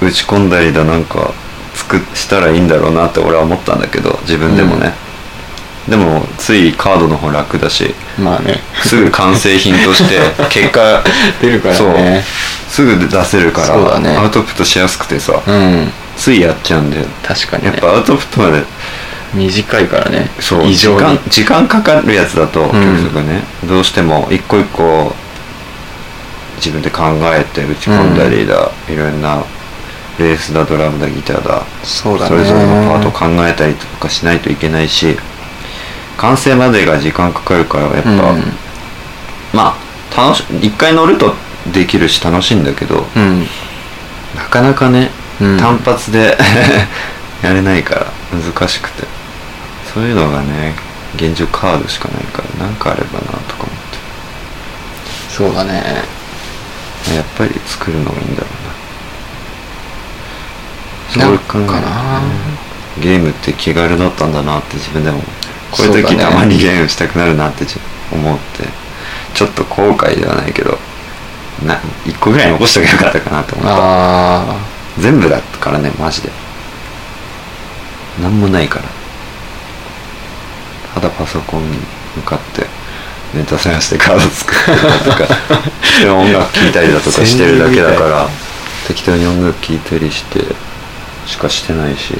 Speaker 2: 打ち込んだりだなんか作っしたらいいんだろうなって俺は思ったんだけど自分でもね、でもついカードの方楽だし
Speaker 3: まあね
Speaker 2: すぐ完成品として 結果
Speaker 3: 出るからね
Speaker 2: そうすぐ出せるから
Speaker 3: そうだね
Speaker 2: アウトプットしやすくてさ、
Speaker 3: うん
Speaker 2: ついやっちゃうんだよ
Speaker 3: 確かに
Speaker 2: やっ
Speaker 3: ね
Speaker 2: ぱアウトプットまで
Speaker 3: 短いからね
Speaker 2: そう
Speaker 3: 異常
Speaker 2: 時間
Speaker 3: に
Speaker 2: 時間かかるやつだと、
Speaker 3: ん
Speaker 2: 曲とかねどうしても一個一個自分で考えて打ち込んだりだ、いろんなベースだドラムだギターだ
Speaker 3: そうだね
Speaker 2: れぞれのパートを考えたりとかしないといけないし完成までが時間かかるからやっぱ、
Speaker 3: うん
Speaker 2: まあ楽し一回乗るとできるし楽しいんだけど、
Speaker 3: うん
Speaker 2: なかなかね、
Speaker 3: うん
Speaker 2: 単発で やれないから難しくてそういうのがね現状カードしかないから何かあればなとか思
Speaker 3: そ
Speaker 2: っ
Speaker 3: うだね
Speaker 2: てやっぱり作るのがいいんだろ
Speaker 3: なん
Speaker 2: うなそういう考え
Speaker 3: かな
Speaker 2: ゲームって気軽だったんだなって自分でもこういう
Speaker 3: そ
Speaker 2: 時
Speaker 3: うだね
Speaker 2: たまにゲームしたくなるなってちょ思ってちょっと後悔ではないけどな1個ぐらい残しとけばよかったかなと思った
Speaker 3: あ
Speaker 2: 全部だからねマジで何もないからただパソコンに向かってネタ探してカード作ったりとか適当に音楽聴いたりだとかしてるだけだから適当に音楽聴いたりしてしかしてないし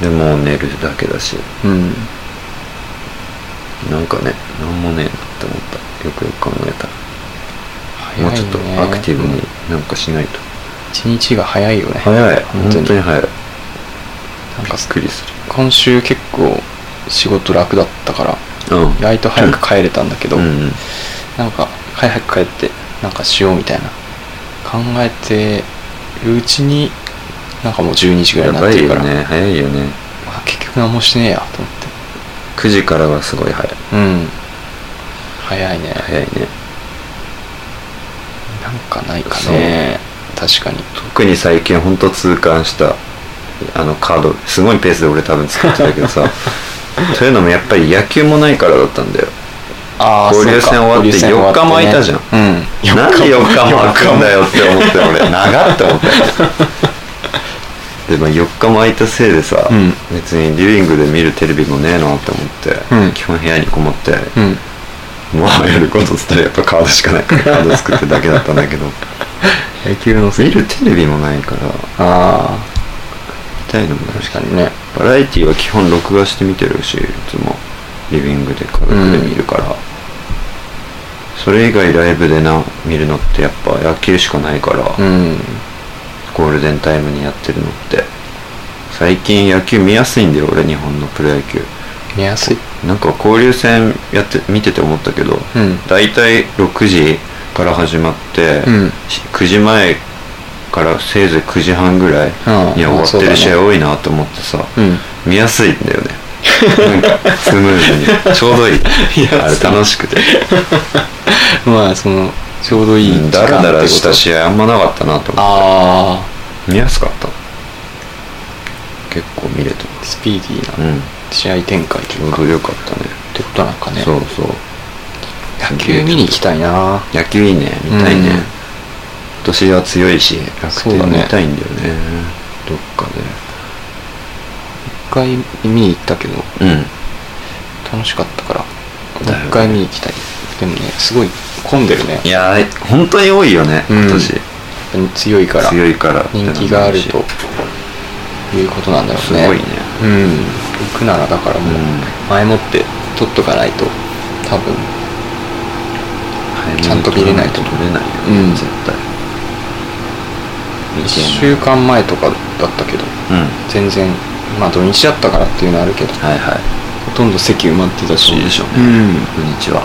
Speaker 2: でもう寝るだけだし
Speaker 3: あうん
Speaker 2: なんかね何もねえなって思ったよくよく考えたら、もうちょっとアクティブになんかしないと
Speaker 3: 一日が早いよね
Speaker 2: 早い
Speaker 3: 本当
Speaker 2: 本
Speaker 3: に
Speaker 2: 当に早
Speaker 3: な
Speaker 2: い
Speaker 3: ん
Speaker 2: び
Speaker 3: か
Speaker 2: っくりす
Speaker 3: 今週結構仕事楽だったから
Speaker 2: るうん
Speaker 3: 意外と早く帰れたんだけど、
Speaker 2: うんうん
Speaker 3: なんか早く帰ってなんかしようみたいな考えてるうちになんかもう12時ぐらいに
Speaker 2: や
Speaker 3: なっ
Speaker 2: ば
Speaker 3: て
Speaker 2: い
Speaker 3: るか
Speaker 2: よ
Speaker 3: ら、
Speaker 2: ね早いよね
Speaker 3: あ結局何もしねえやと思って
Speaker 2: 9時からはすごい早い
Speaker 3: うん早いね
Speaker 2: 早いね
Speaker 3: なんかないかね確かに
Speaker 2: 特に最近ほんと痛感したあのカードすごいペースで俺多分作ってたけ どさそういうのもやっぱり野球もないからだったんだよ
Speaker 3: あ
Speaker 2: 交流戦終わって4日も空いたじゃん
Speaker 3: うん
Speaker 2: なんで4日も空くんだよって思っ て俺長って思ったよでも4日も空いたせいでさ、
Speaker 3: うん
Speaker 2: 別にリビングで見るテレビもねえなって思って、
Speaker 3: うん
Speaker 2: 基本部屋にこもって、
Speaker 3: うん
Speaker 2: もうやることっつったらやっぱカードしかないからカード作ってるだけだったんだけど
Speaker 3: 野球のせ
Speaker 2: 見
Speaker 3: い
Speaker 2: るテレビもないから見
Speaker 3: あ
Speaker 2: たいのも
Speaker 3: あ
Speaker 2: ないし
Speaker 3: 確かにね
Speaker 2: バラエティは基本録画して見てるしいつもリビングで家族で見るから、それ以外ライブでな見るのってやっぱ野球しかないから、
Speaker 3: うん
Speaker 2: ゴールデンタイムにやってるのって最近野球見やすいんだよ俺日本のプロ野球
Speaker 3: 見やすい
Speaker 2: なんか交流戦やって見てて思ったけど、
Speaker 3: うん
Speaker 2: 大体6時から始まって、
Speaker 3: うん
Speaker 2: し9時前からせいぜい9時半ぐらい
Speaker 3: ああ
Speaker 2: には終わって
Speaker 3: まあ
Speaker 2: る
Speaker 3: そう
Speaker 2: 試
Speaker 3: だね
Speaker 2: 合多いなと思ってさ、
Speaker 3: うん
Speaker 2: 見やすいんだよ ねなんかスムーズにちょうどいい
Speaker 3: 見や
Speaker 2: あれ
Speaker 3: すい
Speaker 2: 楽しくて
Speaker 3: まあそのちょうどいい時間って
Speaker 2: ダ
Speaker 3: こと
Speaker 2: ラダラした試合あんまなかったなと思っ
Speaker 3: あ
Speaker 2: て見やすかった結構見れた
Speaker 3: あスピーディー
Speaker 2: う
Speaker 3: なん試合展開と
Speaker 2: ち
Speaker 3: い
Speaker 2: ょ
Speaker 3: う
Speaker 2: う
Speaker 3: か
Speaker 2: どよかったね
Speaker 3: ってことなんかね
Speaker 2: そうそう
Speaker 3: 野球見に行きたいな
Speaker 2: 野球いいね見たいね、
Speaker 3: うん
Speaker 2: 今年は強いし楽
Speaker 3: そう
Speaker 2: 天
Speaker 3: だ
Speaker 2: 見
Speaker 3: ね
Speaker 2: たいんだよねどっか
Speaker 3: 一回見に行ったけど
Speaker 2: でうん
Speaker 3: 楽しかったから
Speaker 2: だよ
Speaker 3: も
Speaker 2: ね
Speaker 3: う一回見に行きたいでもねすごい混んでるね
Speaker 2: いやー本当に多いよね
Speaker 3: うん
Speaker 2: 今年、
Speaker 3: 強いから
Speaker 2: 強いから
Speaker 3: 人気があるということなんだろうね
Speaker 2: すごいね
Speaker 3: うん行くならだからもう
Speaker 2: うん
Speaker 3: 前もって取っとかないと多分ちゃんと見れないと
Speaker 2: 取れないよ、
Speaker 3: うん
Speaker 2: 絶対
Speaker 3: 1週間前とかだったけど
Speaker 2: うん
Speaker 3: 全然まあ土日だったからっていうのはあるけどほ
Speaker 2: はいはい
Speaker 3: とんど席埋まってたし
Speaker 2: そうでしょうね、
Speaker 3: うん
Speaker 2: 土日は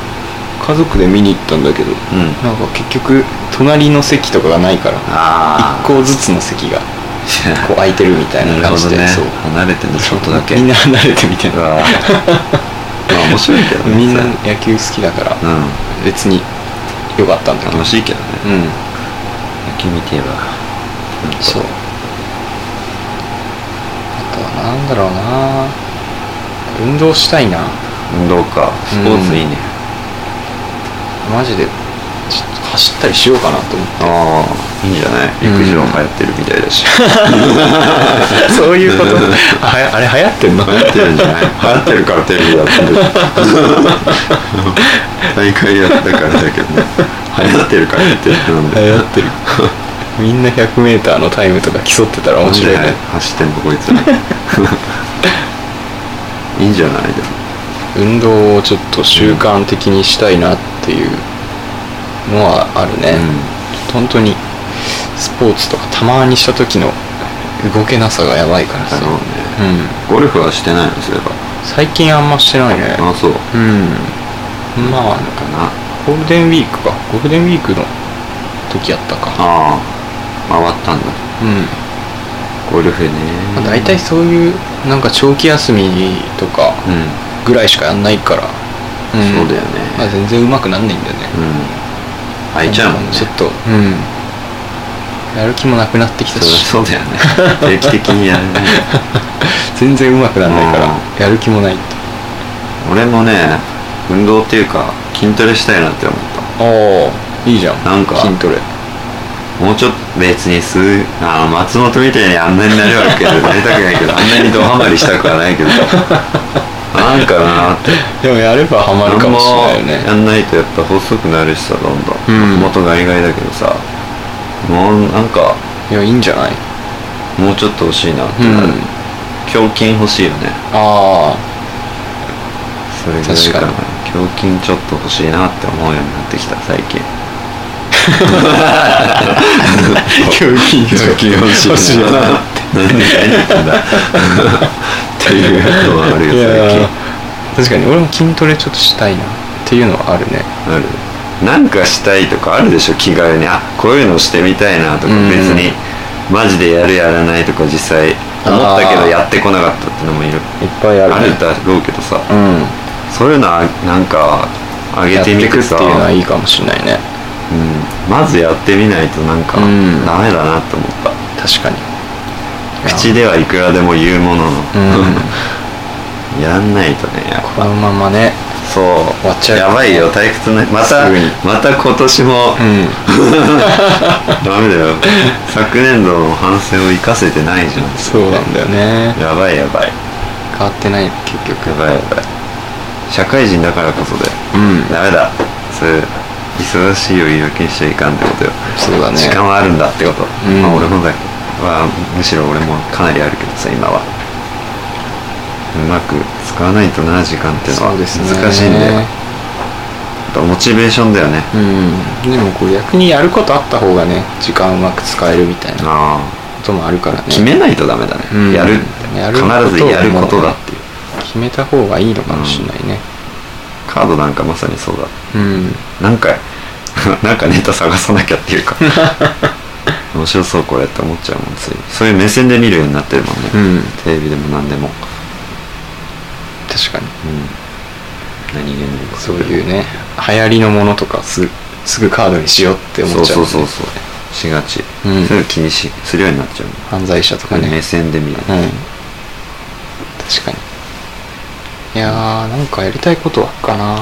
Speaker 3: 家族で見に行ったんだけど
Speaker 2: うん
Speaker 3: なんか結局隣の席とかがないから
Speaker 2: あ
Speaker 3: 1個ずつの席が
Speaker 2: あ
Speaker 3: こう空いてるみたいな
Speaker 2: なる
Speaker 3: 感
Speaker 2: ほ
Speaker 3: じ
Speaker 2: ど
Speaker 3: で
Speaker 2: ね
Speaker 3: そう
Speaker 2: 離れてんのちょっとだけ
Speaker 3: みんな慣れてみたいうな
Speaker 2: わ ーまあ面白いけどね
Speaker 3: みんな
Speaker 2: それ
Speaker 3: 野球好きだから
Speaker 2: う
Speaker 3: 別に良かったんだ
Speaker 2: ん
Speaker 3: けど
Speaker 2: 楽しいけどね
Speaker 3: うん
Speaker 2: 野球見てえば本当
Speaker 3: そうあとはなんだろうな運動したいな
Speaker 2: 運動かスポーツいいね、
Speaker 3: マジでちょっと走ったりしようかなと思っ
Speaker 2: ああいいんじゃない陸上も流行 ってるみたいだし、
Speaker 3: て そういうことああれ流行ってん の
Speaker 2: 流行ってるんじゃない流行ってるからテレビ やってる大会やったからだけどね流行ってるからやってるなん
Speaker 3: 流
Speaker 2: で
Speaker 3: 行ってるみんな 100m のタイムとか競ってたら面白い
Speaker 2: なんで
Speaker 3: ね
Speaker 2: 走ってんのこ いつらいいんじゃないでも
Speaker 3: 運動をちょっと習慣的にしたいなっていうのはあるね、本当にスポーツとかたまにした時の動けなさがやばいから
Speaker 2: だ
Speaker 3: さ、
Speaker 2: ろうね
Speaker 3: うん、
Speaker 2: ゴルフはしてないのすれば
Speaker 3: 最近あんましてないね
Speaker 2: ああそう
Speaker 3: うんまあ
Speaker 2: かな
Speaker 3: ゴールデンウィークかゴールデンウィークの時やったか
Speaker 2: ああ回ったんだ
Speaker 3: うん
Speaker 2: ゴルフね
Speaker 3: まあ大体そういうなんか長期休みとか
Speaker 2: うん
Speaker 3: ぐらいしかやんないから、ん
Speaker 2: そうだよね
Speaker 3: まあ、全然うまくなんないんだよね
Speaker 2: うん開いちゃうもんね
Speaker 3: ちょっとうんやる気もなくなってきたし
Speaker 2: そうそうだよね定期的にやるね
Speaker 3: 全然うまくならないから
Speaker 2: う
Speaker 3: やる気もない
Speaker 2: 俺もね運動っていうか筋トレしたいなって思っ
Speaker 3: おおいいじゃん
Speaker 2: なんか
Speaker 3: 筋トレ
Speaker 2: たもうちょっと別にすあー松本みたいにあんなになり悪くなりたくないけどあんなにドハマりしたくはな いけどなんかなーって
Speaker 3: でもやればハマるかもしれないよ
Speaker 2: あ
Speaker 3: ね
Speaker 2: んまやんないとやっぱ細くなるしさどんど
Speaker 3: うん
Speaker 2: ん元ガリガリだけどさもうなんか
Speaker 3: いやいいんじゃない
Speaker 2: もうちょっと欲しいなって
Speaker 3: うん
Speaker 2: なる、胸筋欲しいよね
Speaker 3: あ
Speaker 2: それぐらいかな
Speaker 3: 確
Speaker 2: 胸筋ちょっと欲しいなって思うようになってきた最近
Speaker 3: あ胸筋
Speaker 2: 胸筋欲しいな何何言ってんだっていうのはあるよ
Speaker 3: い
Speaker 2: 最
Speaker 3: や
Speaker 2: 近
Speaker 3: ー確かに俺も筋トレちょっとしたいなっていうのはあるね
Speaker 2: あるなんかしたいとかあるでしょ気軽にあこういうのしてみたいなとか
Speaker 3: うん
Speaker 2: 別にマジでやるやらないとか実際思ったけ
Speaker 3: あ
Speaker 2: ど
Speaker 3: ー
Speaker 2: やってこなかったってのもい
Speaker 3: い
Speaker 2: る
Speaker 3: っぱい
Speaker 2: あ
Speaker 3: あるね
Speaker 2: るだろうけどさ
Speaker 3: うん
Speaker 2: そういうのはなんか上げてみ
Speaker 3: やって
Speaker 2: て
Speaker 3: くって
Speaker 2: さ
Speaker 3: いうのはいいかもしれないね
Speaker 2: うんまずやってみないとなんか
Speaker 3: うん
Speaker 2: ダメだなと思った、
Speaker 3: 確かに
Speaker 2: 口ではいくらでも言うものの、 やんないとねやっ
Speaker 3: こ
Speaker 2: ぱ
Speaker 3: のままね
Speaker 2: そう
Speaker 3: 終わっちゃう
Speaker 2: やばいよ退屈なまた
Speaker 3: すぐに
Speaker 2: また今年も、
Speaker 3: うん
Speaker 2: ダメだよ昨年度の反省を生かせてないじゃん
Speaker 3: そうなんだよね
Speaker 2: やばいやばい
Speaker 3: 変わってない結局
Speaker 2: やばいやばい社会人だからこそで、
Speaker 3: うん
Speaker 2: ダメだそういう忙しいを言い訳にしちゃいかんってことよ
Speaker 3: そうだね
Speaker 2: 時間はあるんだってこと、
Speaker 3: うん
Speaker 2: まあ俺もだはむしろ俺もかなりあるけどさ今はうまく使わないとな時間ってのは
Speaker 3: そうですね
Speaker 2: 難しいんだよ、だからモチベーションだよね
Speaker 3: うんでもこう逆にやることあった方がね時間うまく使えるみたいなこ
Speaker 2: あ
Speaker 3: ともあるからね
Speaker 2: あ決めないとダメだね、
Speaker 3: うん
Speaker 2: やる
Speaker 3: やること
Speaker 2: 必ずやることだっていう
Speaker 3: 決めた方がいいのかもしれないね
Speaker 2: カードなんかまさにそうだ
Speaker 3: うん
Speaker 2: なんか なんかネタ探さなきゃって いうか面白そうこれって思っちゃうもんついそういう目線で見るようになってるもんね、
Speaker 3: うん
Speaker 2: テレビでも何でも、うん、
Speaker 3: 確かに
Speaker 2: 何気ない
Speaker 3: そういうね流行りのものとかすぐすぐカードにしようって思
Speaker 2: そ
Speaker 3: っ
Speaker 2: う
Speaker 3: ちゃう
Speaker 2: そ
Speaker 3: もん
Speaker 2: う
Speaker 3: ね
Speaker 2: そうそうしがち、
Speaker 3: うん
Speaker 2: そういうの気にしするようになっちゃうもん
Speaker 3: 犯罪者とか
Speaker 2: これ目
Speaker 3: ね
Speaker 2: 線で見る、
Speaker 3: うん確かにいやーなんかやりたいことはあるかな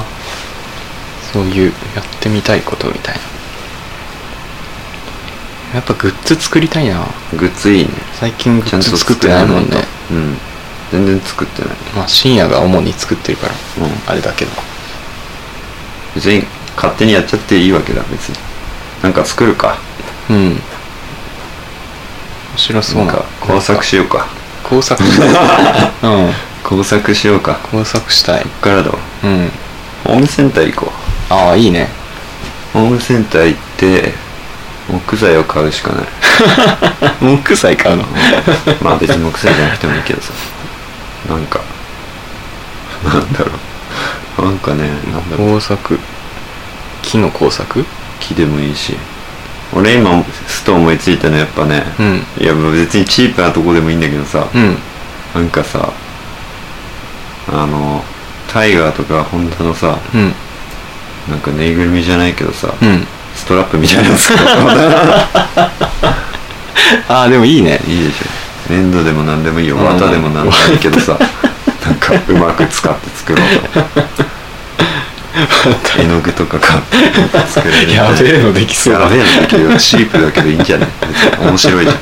Speaker 3: そういうやってみたいことみたいなやっぱグッズ作りたいな
Speaker 2: グッズいいね
Speaker 3: 最近グ
Speaker 2: ちゃ
Speaker 3: ッ
Speaker 2: んと
Speaker 3: ズ作ってないもん
Speaker 2: 作
Speaker 3: ね
Speaker 2: らとうん全然作ってない
Speaker 3: まあ深夜が主に作ってるから、
Speaker 2: うん
Speaker 3: あれだけど
Speaker 2: 別に勝手にやっちゃっていいわけだ別になんか作るか
Speaker 3: うん面白そう
Speaker 2: な
Speaker 3: なん
Speaker 2: か工作しようか
Speaker 3: 工作したいうん
Speaker 2: 工作しようかこ
Speaker 3: 工作したい
Speaker 2: っからだわ
Speaker 3: うん
Speaker 2: ホームセンター行こ
Speaker 3: ああいいね
Speaker 2: うホームセンター行って木材を買うしか ない
Speaker 3: 木材買うの
Speaker 2: まあ別に木材じゃなくてもいいけどさなんかなんだろうなんかねなんだろう
Speaker 3: 工作木の工作
Speaker 2: 木でもいいし俺今スと思いついたのやっぱね、
Speaker 3: うん
Speaker 2: いやもう別にチープなとこでもいいんだけどさ、
Speaker 3: うん
Speaker 2: なんかさあのタイガーとかホンダのさ
Speaker 3: うん
Speaker 2: なんかぬいぐるみじゃないけどさ、
Speaker 3: うん
Speaker 2: ストラップみたいなやつとか
Speaker 3: ああでもいいね
Speaker 2: いいでしょ粘土でも何でもいいよ綿でも何でもいいけ どさなんかうまく使って作ろうと絵の具とか買って作れる
Speaker 3: やべえのできそうだ
Speaker 2: やべえのだけどチープだけどいいんじゃない面白いじゃん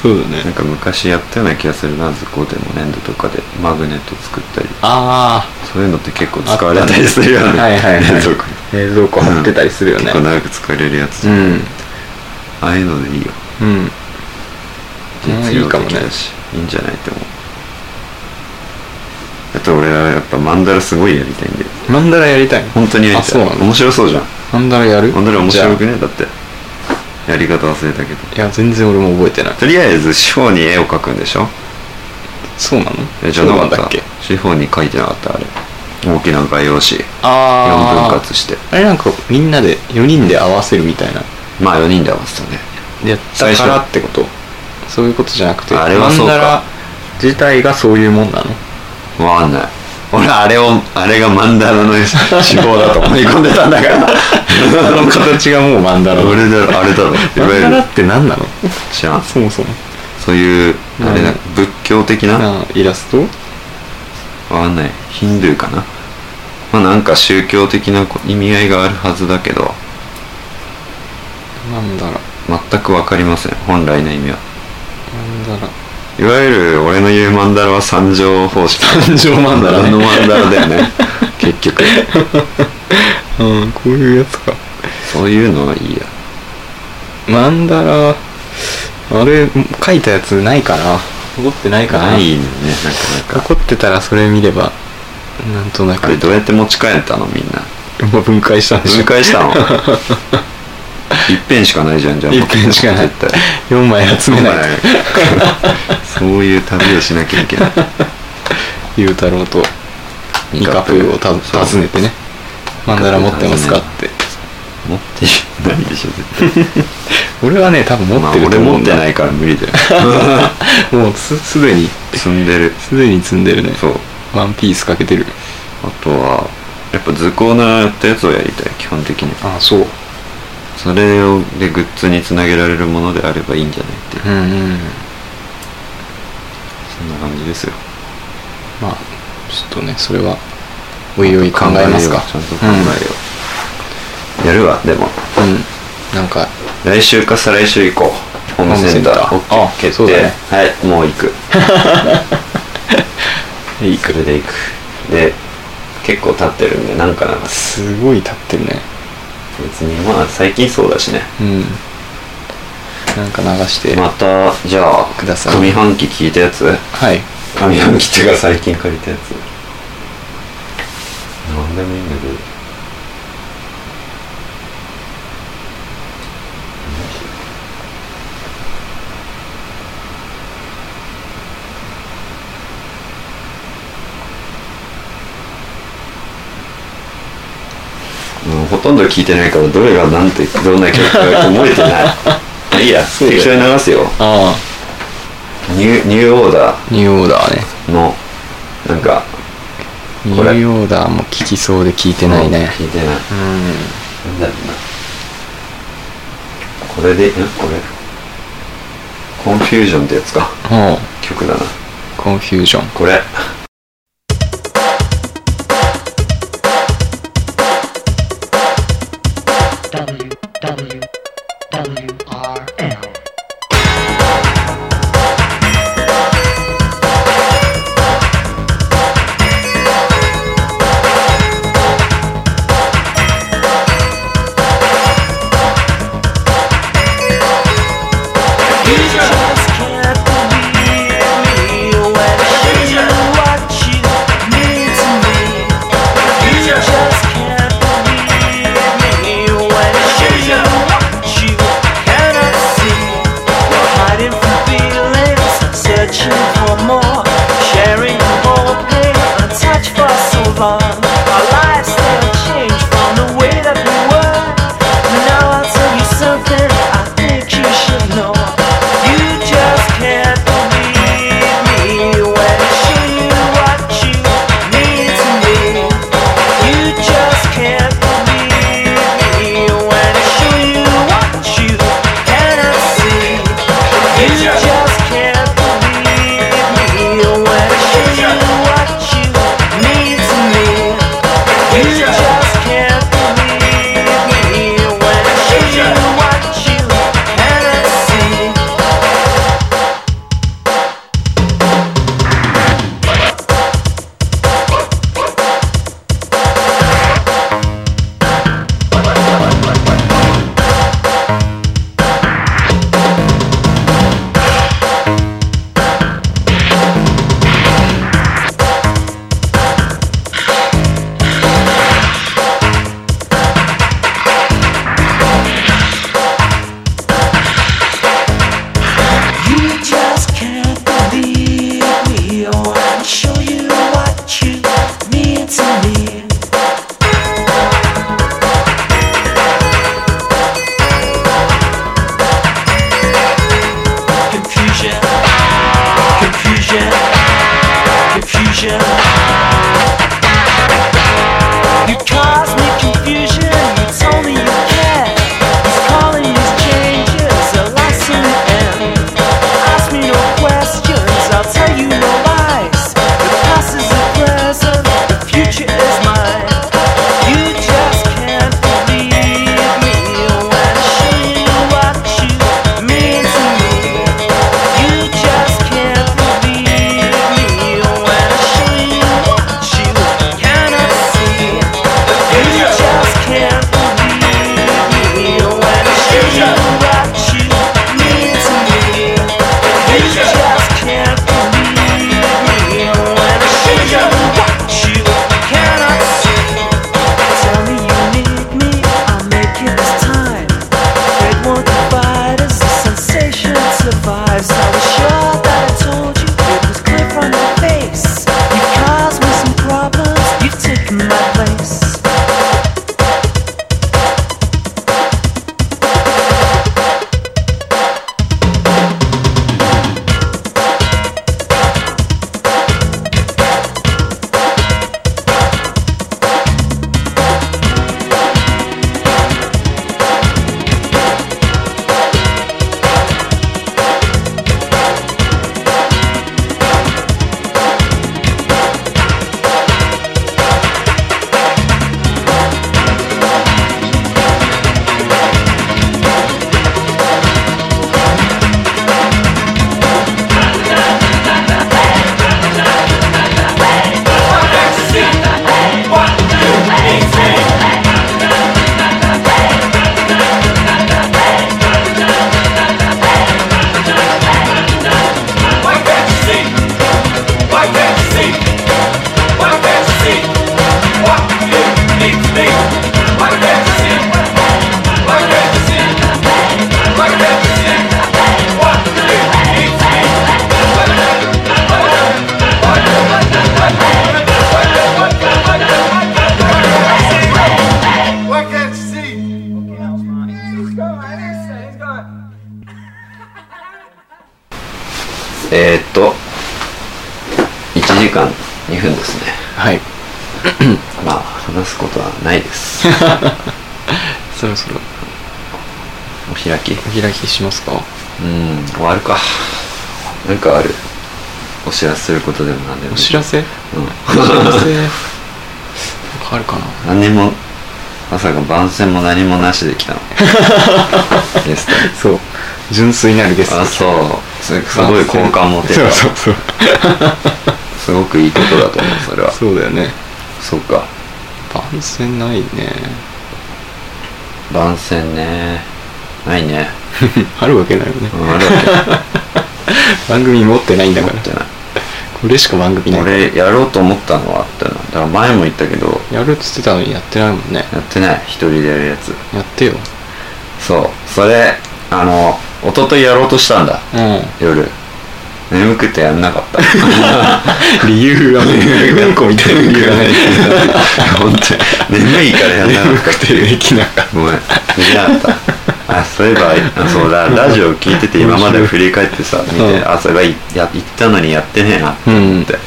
Speaker 3: そうだね
Speaker 2: なんか昔やったような気がするな図工でも粘土とかでマグネット作ったり
Speaker 3: あ
Speaker 2: そういうのって結構
Speaker 3: あ
Speaker 2: 使われたりするよね
Speaker 3: はいはいはい
Speaker 2: 冷蔵
Speaker 3: 冷蔵庫
Speaker 2: 庫に
Speaker 3: 貼ってたりするよね
Speaker 2: 結構長く使われるやつ、
Speaker 3: う
Speaker 2: あ
Speaker 3: ん
Speaker 2: あいうのでいいよ
Speaker 3: うん
Speaker 2: 実
Speaker 3: い
Speaker 2: 用
Speaker 3: いかも
Speaker 2: 的
Speaker 3: ね
Speaker 2: だしいいんじゃないと思うあと俺はやっぱマンダラすごいやりたいんで
Speaker 3: マンダラやりたい
Speaker 2: 本当にやり
Speaker 3: あそ
Speaker 2: た
Speaker 3: う
Speaker 2: い
Speaker 3: なの
Speaker 2: 面白そうじゃん
Speaker 3: マンダラやる
Speaker 2: マンダラ面白く
Speaker 3: じゃ
Speaker 2: ねだってやり方忘れたけど
Speaker 3: あいや全然俺も覚えてない
Speaker 2: とりあえず四方に絵を描くんでしょ
Speaker 3: そうなの
Speaker 2: えじゃなかっ
Speaker 3: そうなんだ
Speaker 2: た
Speaker 3: っけ
Speaker 2: 四方に描いてなかったあれ大きな画用紙4
Speaker 3: ああ
Speaker 2: 分割して
Speaker 3: あれなんかみんなで4人で合わせるみたいな
Speaker 2: まあ4人で合わせたね
Speaker 3: やったからってことそういうことじゃなくて
Speaker 2: あれはそうか
Speaker 3: マンダラ自体がそういうもんなの
Speaker 2: わかんない俺あれをあれがマンダラの志望だと思い込んでたんだから
Speaker 3: あの形がもうマンダラ
Speaker 2: 俺だろあれだ
Speaker 3: マ
Speaker 2: ろ
Speaker 3: ン
Speaker 2: い
Speaker 3: ダ
Speaker 2: わゆ
Speaker 3: ラ
Speaker 2: る
Speaker 3: って何なの
Speaker 2: 知らん
Speaker 3: そもそも
Speaker 2: そういうあれだ
Speaker 3: うん
Speaker 2: 仏教的なわ
Speaker 3: あイラスト
Speaker 2: かんないヒンドゥーかなまあなんか宗教的な意味合いがあるはずだけど
Speaker 3: マンダラマ
Speaker 2: 全くわかりません本来の意味は
Speaker 3: ンダラ
Speaker 2: いわゆる俺の言うマンダラは三条方式
Speaker 3: 三条マンダラね
Speaker 2: あのマンダラだ よね結局
Speaker 3: うんこういうやつか
Speaker 2: そういうのはいいや
Speaker 3: マンダラあれ書いたやつないかな残ってないかな
Speaker 2: ないのねなかなか
Speaker 3: 残ってたらそれ見ればなんとな
Speaker 2: あ
Speaker 3: く
Speaker 2: れどうやって持ち帰ったのみんな
Speaker 3: まあ分解したんでしょ
Speaker 2: 分解した の一遍しかないじゃんじゃあ
Speaker 3: 一遍しかない
Speaker 2: 絶対
Speaker 3: 4枚集めないと
Speaker 2: お前そういう旅をしなきゃいけない
Speaker 3: ゆうたろうとニカプーをた
Speaker 2: そう
Speaker 3: 訪ねてねマンダラ持ってますかって
Speaker 2: 持ってるないでしょ絶対
Speaker 3: 俺はね多分持
Speaker 2: ま
Speaker 3: っ
Speaker 2: あ
Speaker 3: てる
Speaker 2: 俺
Speaker 3: と思
Speaker 2: 持
Speaker 3: うん
Speaker 2: って
Speaker 3: だ、
Speaker 2: ないから無理だよ
Speaker 3: もうすすでに
Speaker 2: 積んでる
Speaker 3: すでに積んでるね
Speaker 2: そう
Speaker 3: ワンピースかけてる
Speaker 2: あとはやっぱ図工のやったやつをやりたい基本的に
Speaker 3: ああそう
Speaker 2: それをでグッズにつなげられるものであればいいんじゃないっていう
Speaker 3: うんうん
Speaker 2: そんな感じですよ
Speaker 3: まあちょっとねそれはおいおい考えますか
Speaker 2: ちゃんと考えよう、やるわでも
Speaker 3: うん、うんなんか
Speaker 2: 来週か再来週行こうホームセンター
Speaker 3: ホームセンター
Speaker 2: OK
Speaker 3: あ
Speaker 2: 決定
Speaker 3: そうだね
Speaker 2: はいもう 行く行くで行くで結構経ってるんでなんかなんか
Speaker 3: すごい立ってるね
Speaker 2: 別にまあ最近そうだしね
Speaker 3: うんなんか流して、
Speaker 2: またじゃあ
Speaker 3: ください
Speaker 2: 上半期聞いたやつ
Speaker 3: はい
Speaker 2: 上半期っていうか最近借りたやつなんでもいいんだけど。もうほとんど聞いてないからどれが何てどんな曲か覚えてないまあいいや
Speaker 3: そうだよ
Speaker 2: 適当に流すよ
Speaker 3: あ
Speaker 2: ニューニューオーダ
Speaker 3: あニューオーダーね
Speaker 2: ーのなんか
Speaker 3: ニ
Speaker 2: こ
Speaker 3: ュ
Speaker 2: れ
Speaker 3: ーオーダーも聞きそうで聞いてないね
Speaker 2: 聞いてない
Speaker 3: うん
Speaker 2: なんだろうなこれでんこれコンフュージョンってやつか
Speaker 3: ほう
Speaker 2: 曲だな
Speaker 3: コンフュージョン
Speaker 2: これ
Speaker 5: You just can't believe me when I tell you what
Speaker 4: oh,
Speaker 2: えー、っと1時間2分ですね
Speaker 3: はい
Speaker 2: まあ話すことはないです
Speaker 3: そろそろ
Speaker 2: お開き
Speaker 3: お開きしますか
Speaker 2: うん終わるかなんかあるお知らせすることでも何でも
Speaker 3: お
Speaker 2: いい
Speaker 3: 知らせお知
Speaker 2: う
Speaker 3: ら
Speaker 2: ん
Speaker 3: せなんかあるかな
Speaker 2: 何にもまさか番宣も何もなしで来た のゲストに
Speaker 3: そう純粋なるゲスト
Speaker 2: あそうすすごい好感持てる
Speaker 3: そ
Speaker 2: わ
Speaker 3: うそうそう
Speaker 2: すごくいいことだと思うそれは
Speaker 3: そうだよね
Speaker 2: そうか
Speaker 3: 番宣ないね
Speaker 2: 番宣ねないね
Speaker 3: あるわけないよね
Speaker 2: うんあるわけ
Speaker 3: 番組持ってないんだか
Speaker 2: 持
Speaker 3: ら
Speaker 2: ってない
Speaker 3: これしか番組ない
Speaker 2: 俺やろうと思ったのはあったなだから前も言ったけど
Speaker 3: やるっつってたのにやってないもんね
Speaker 2: やってない一人でやるやつ
Speaker 3: やってよ
Speaker 2: そうそれあの一昨日やろうとしたんだ
Speaker 3: う
Speaker 2: 夜眠くてやんなかった
Speaker 3: ん理由がねうんこみたいな理由がね
Speaker 2: 本当に眠いからやんな
Speaker 3: 眠
Speaker 2: かった
Speaker 3: くてできなかっ
Speaker 2: ごめん見てなか ったあそういえばあそ うだラジオ聞いてて今までを振り返ってさ見て、
Speaker 3: うん
Speaker 2: あそういえばいや行ったのにやってねえなって
Speaker 3: たうん
Speaker 2: って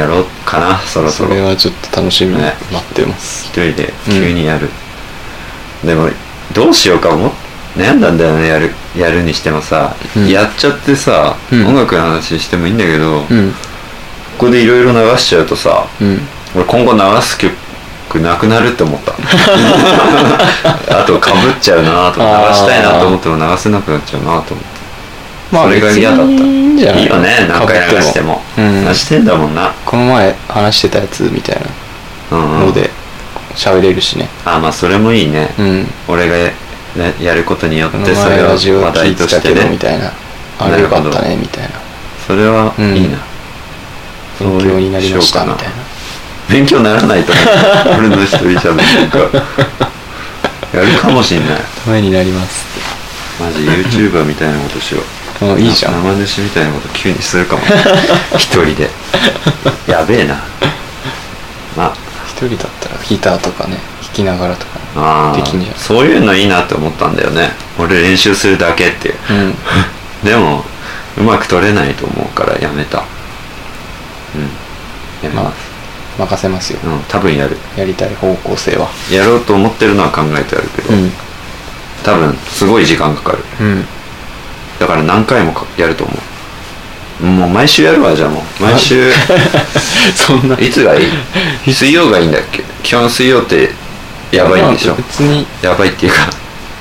Speaker 2: やろうかなそろそ
Speaker 3: そ
Speaker 2: ろ
Speaker 3: れはちょっと楽しみに待
Speaker 2: ね
Speaker 3: ってます
Speaker 2: 一人で急にやる、でもどうしようかも悩んだんだよねやるやるにしてもさ、
Speaker 3: うん
Speaker 2: やっちゃってさ、
Speaker 3: うん
Speaker 2: 音楽の話してもいいんだけど、こ
Speaker 3: ん
Speaker 2: こでいろいろ流しちゃうとさ
Speaker 3: うん
Speaker 2: 俺今後流す曲なくなるって思った あとかぶっちゃうなと
Speaker 3: あー
Speaker 2: か流したいなと思っても流せなくなっちゃうなと思って
Speaker 3: まあ
Speaker 2: それが嫌だった
Speaker 3: 別にいいんじゃない
Speaker 2: いいよね何回流しても
Speaker 3: 被ってもうん
Speaker 2: 流してんだもんな、
Speaker 3: この前話してたやつみたい
Speaker 2: うん
Speaker 3: な
Speaker 2: う
Speaker 3: の
Speaker 2: ん、
Speaker 3: で喋れるしね
Speaker 2: あまあそれもいいね、
Speaker 3: うん
Speaker 2: 俺がややることによっ
Speaker 3: この
Speaker 2: てそ
Speaker 3: 前
Speaker 2: れを
Speaker 3: ラジオ
Speaker 2: 話
Speaker 3: 聞い
Speaker 2: 題
Speaker 3: て
Speaker 2: と
Speaker 3: た
Speaker 2: し
Speaker 3: け
Speaker 2: て
Speaker 3: ど
Speaker 2: ね
Speaker 3: みたいなあれよかったねみたいな
Speaker 2: それはいいな、
Speaker 3: 勉強になりました
Speaker 2: そう
Speaker 3: み
Speaker 2: う
Speaker 3: たいな
Speaker 2: 勉強にならないと思 う俺の一人じゃなんかやるかもしんない
Speaker 3: ためになりますっ
Speaker 2: マジ YouTuber みたいなことしよ
Speaker 3: てあ
Speaker 2: う
Speaker 3: いいじゃん
Speaker 2: 生主みたいなこと急にす るかも一人でやべえなまあ
Speaker 3: 一人だったらギターとかね弾きながらとかね
Speaker 2: あー
Speaker 3: できんじゃん
Speaker 2: そういうのいいなって思ったんだよね俺練習するだけっていう
Speaker 3: うん
Speaker 2: でもうまく取れないと思うからやめたうんやめ
Speaker 3: まあ
Speaker 2: ます、
Speaker 3: 任せますよ
Speaker 2: うん、多分やる
Speaker 3: やりたい方向性は
Speaker 2: やろうと思ってるのは考えてあるけど、
Speaker 3: うん
Speaker 2: 多分すごい時間かかる
Speaker 3: うん
Speaker 2: だから何回もかやると思うもう毎週やるわじゃあもう 毎週
Speaker 3: そんない
Speaker 2: つがいい水曜がいいんだっけ基本水曜ってやばいんでしょ
Speaker 3: 別に
Speaker 2: やばいっていうか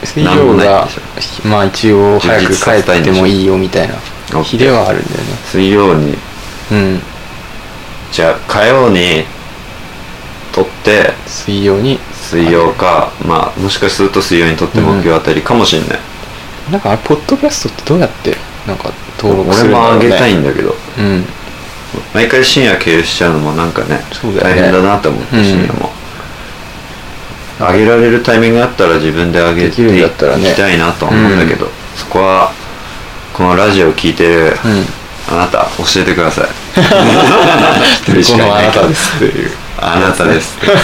Speaker 3: 水
Speaker 2: なんも
Speaker 3: 曜
Speaker 2: ない
Speaker 3: が
Speaker 2: でし
Speaker 3: まあ一応早く帰ってもいいよみたいな
Speaker 2: ょ
Speaker 3: 日ではあるんだよね
Speaker 2: 水曜に
Speaker 3: うん
Speaker 2: じゃあ火曜に撮って
Speaker 3: 水曜に
Speaker 2: 水曜かまあもしかすると水曜に撮って木曜あたりかもしんない、
Speaker 3: なんかあれポッドキャストってどうやってなんか登録する
Speaker 2: 俺
Speaker 3: んだ
Speaker 2: も
Speaker 3: ろう
Speaker 2: あ
Speaker 3: ね
Speaker 2: げたいんだけど
Speaker 3: うん
Speaker 2: 毎回深夜経由しちゃうのもなんかね
Speaker 3: そうだよね
Speaker 2: 大変だなと思って、
Speaker 3: うん
Speaker 2: 深夜もあげられるタイミングがあったら自分であげ
Speaker 3: できるん
Speaker 2: て
Speaker 3: だ
Speaker 2: い
Speaker 3: ったらね
Speaker 2: きたいなと思うんだけど、そこはこのラジオを聞いてる、あなた教えてく ださい一人し
Speaker 3: こ
Speaker 2: かい
Speaker 3: のあ
Speaker 2: ない
Speaker 3: な
Speaker 2: けど
Speaker 3: たですっていう
Speaker 2: あなたですって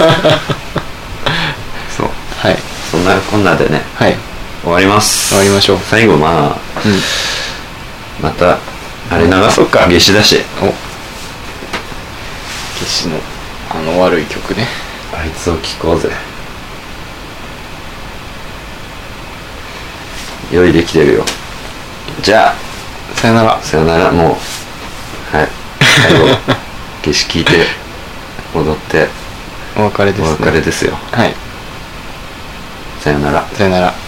Speaker 2: そう
Speaker 3: はい
Speaker 2: そんなこんなでね
Speaker 3: はい
Speaker 2: 終わります
Speaker 3: 終わりましょう
Speaker 2: 最後まあ、またあれ流そうか夏至だし
Speaker 3: お決死のあの悪い曲ね
Speaker 2: あいつを聞こうぜ用意できてるよじゃ
Speaker 3: さよなら
Speaker 2: あさよならもうはい最 後夏至聞いて戻って
Speaker 3: お別れです
Speaker 2: お
Speaker 3: ね
Speaker 2: 別れですよ
Speaker 3: はい
Speaker 2: さよなら
Speaker 3: さよなら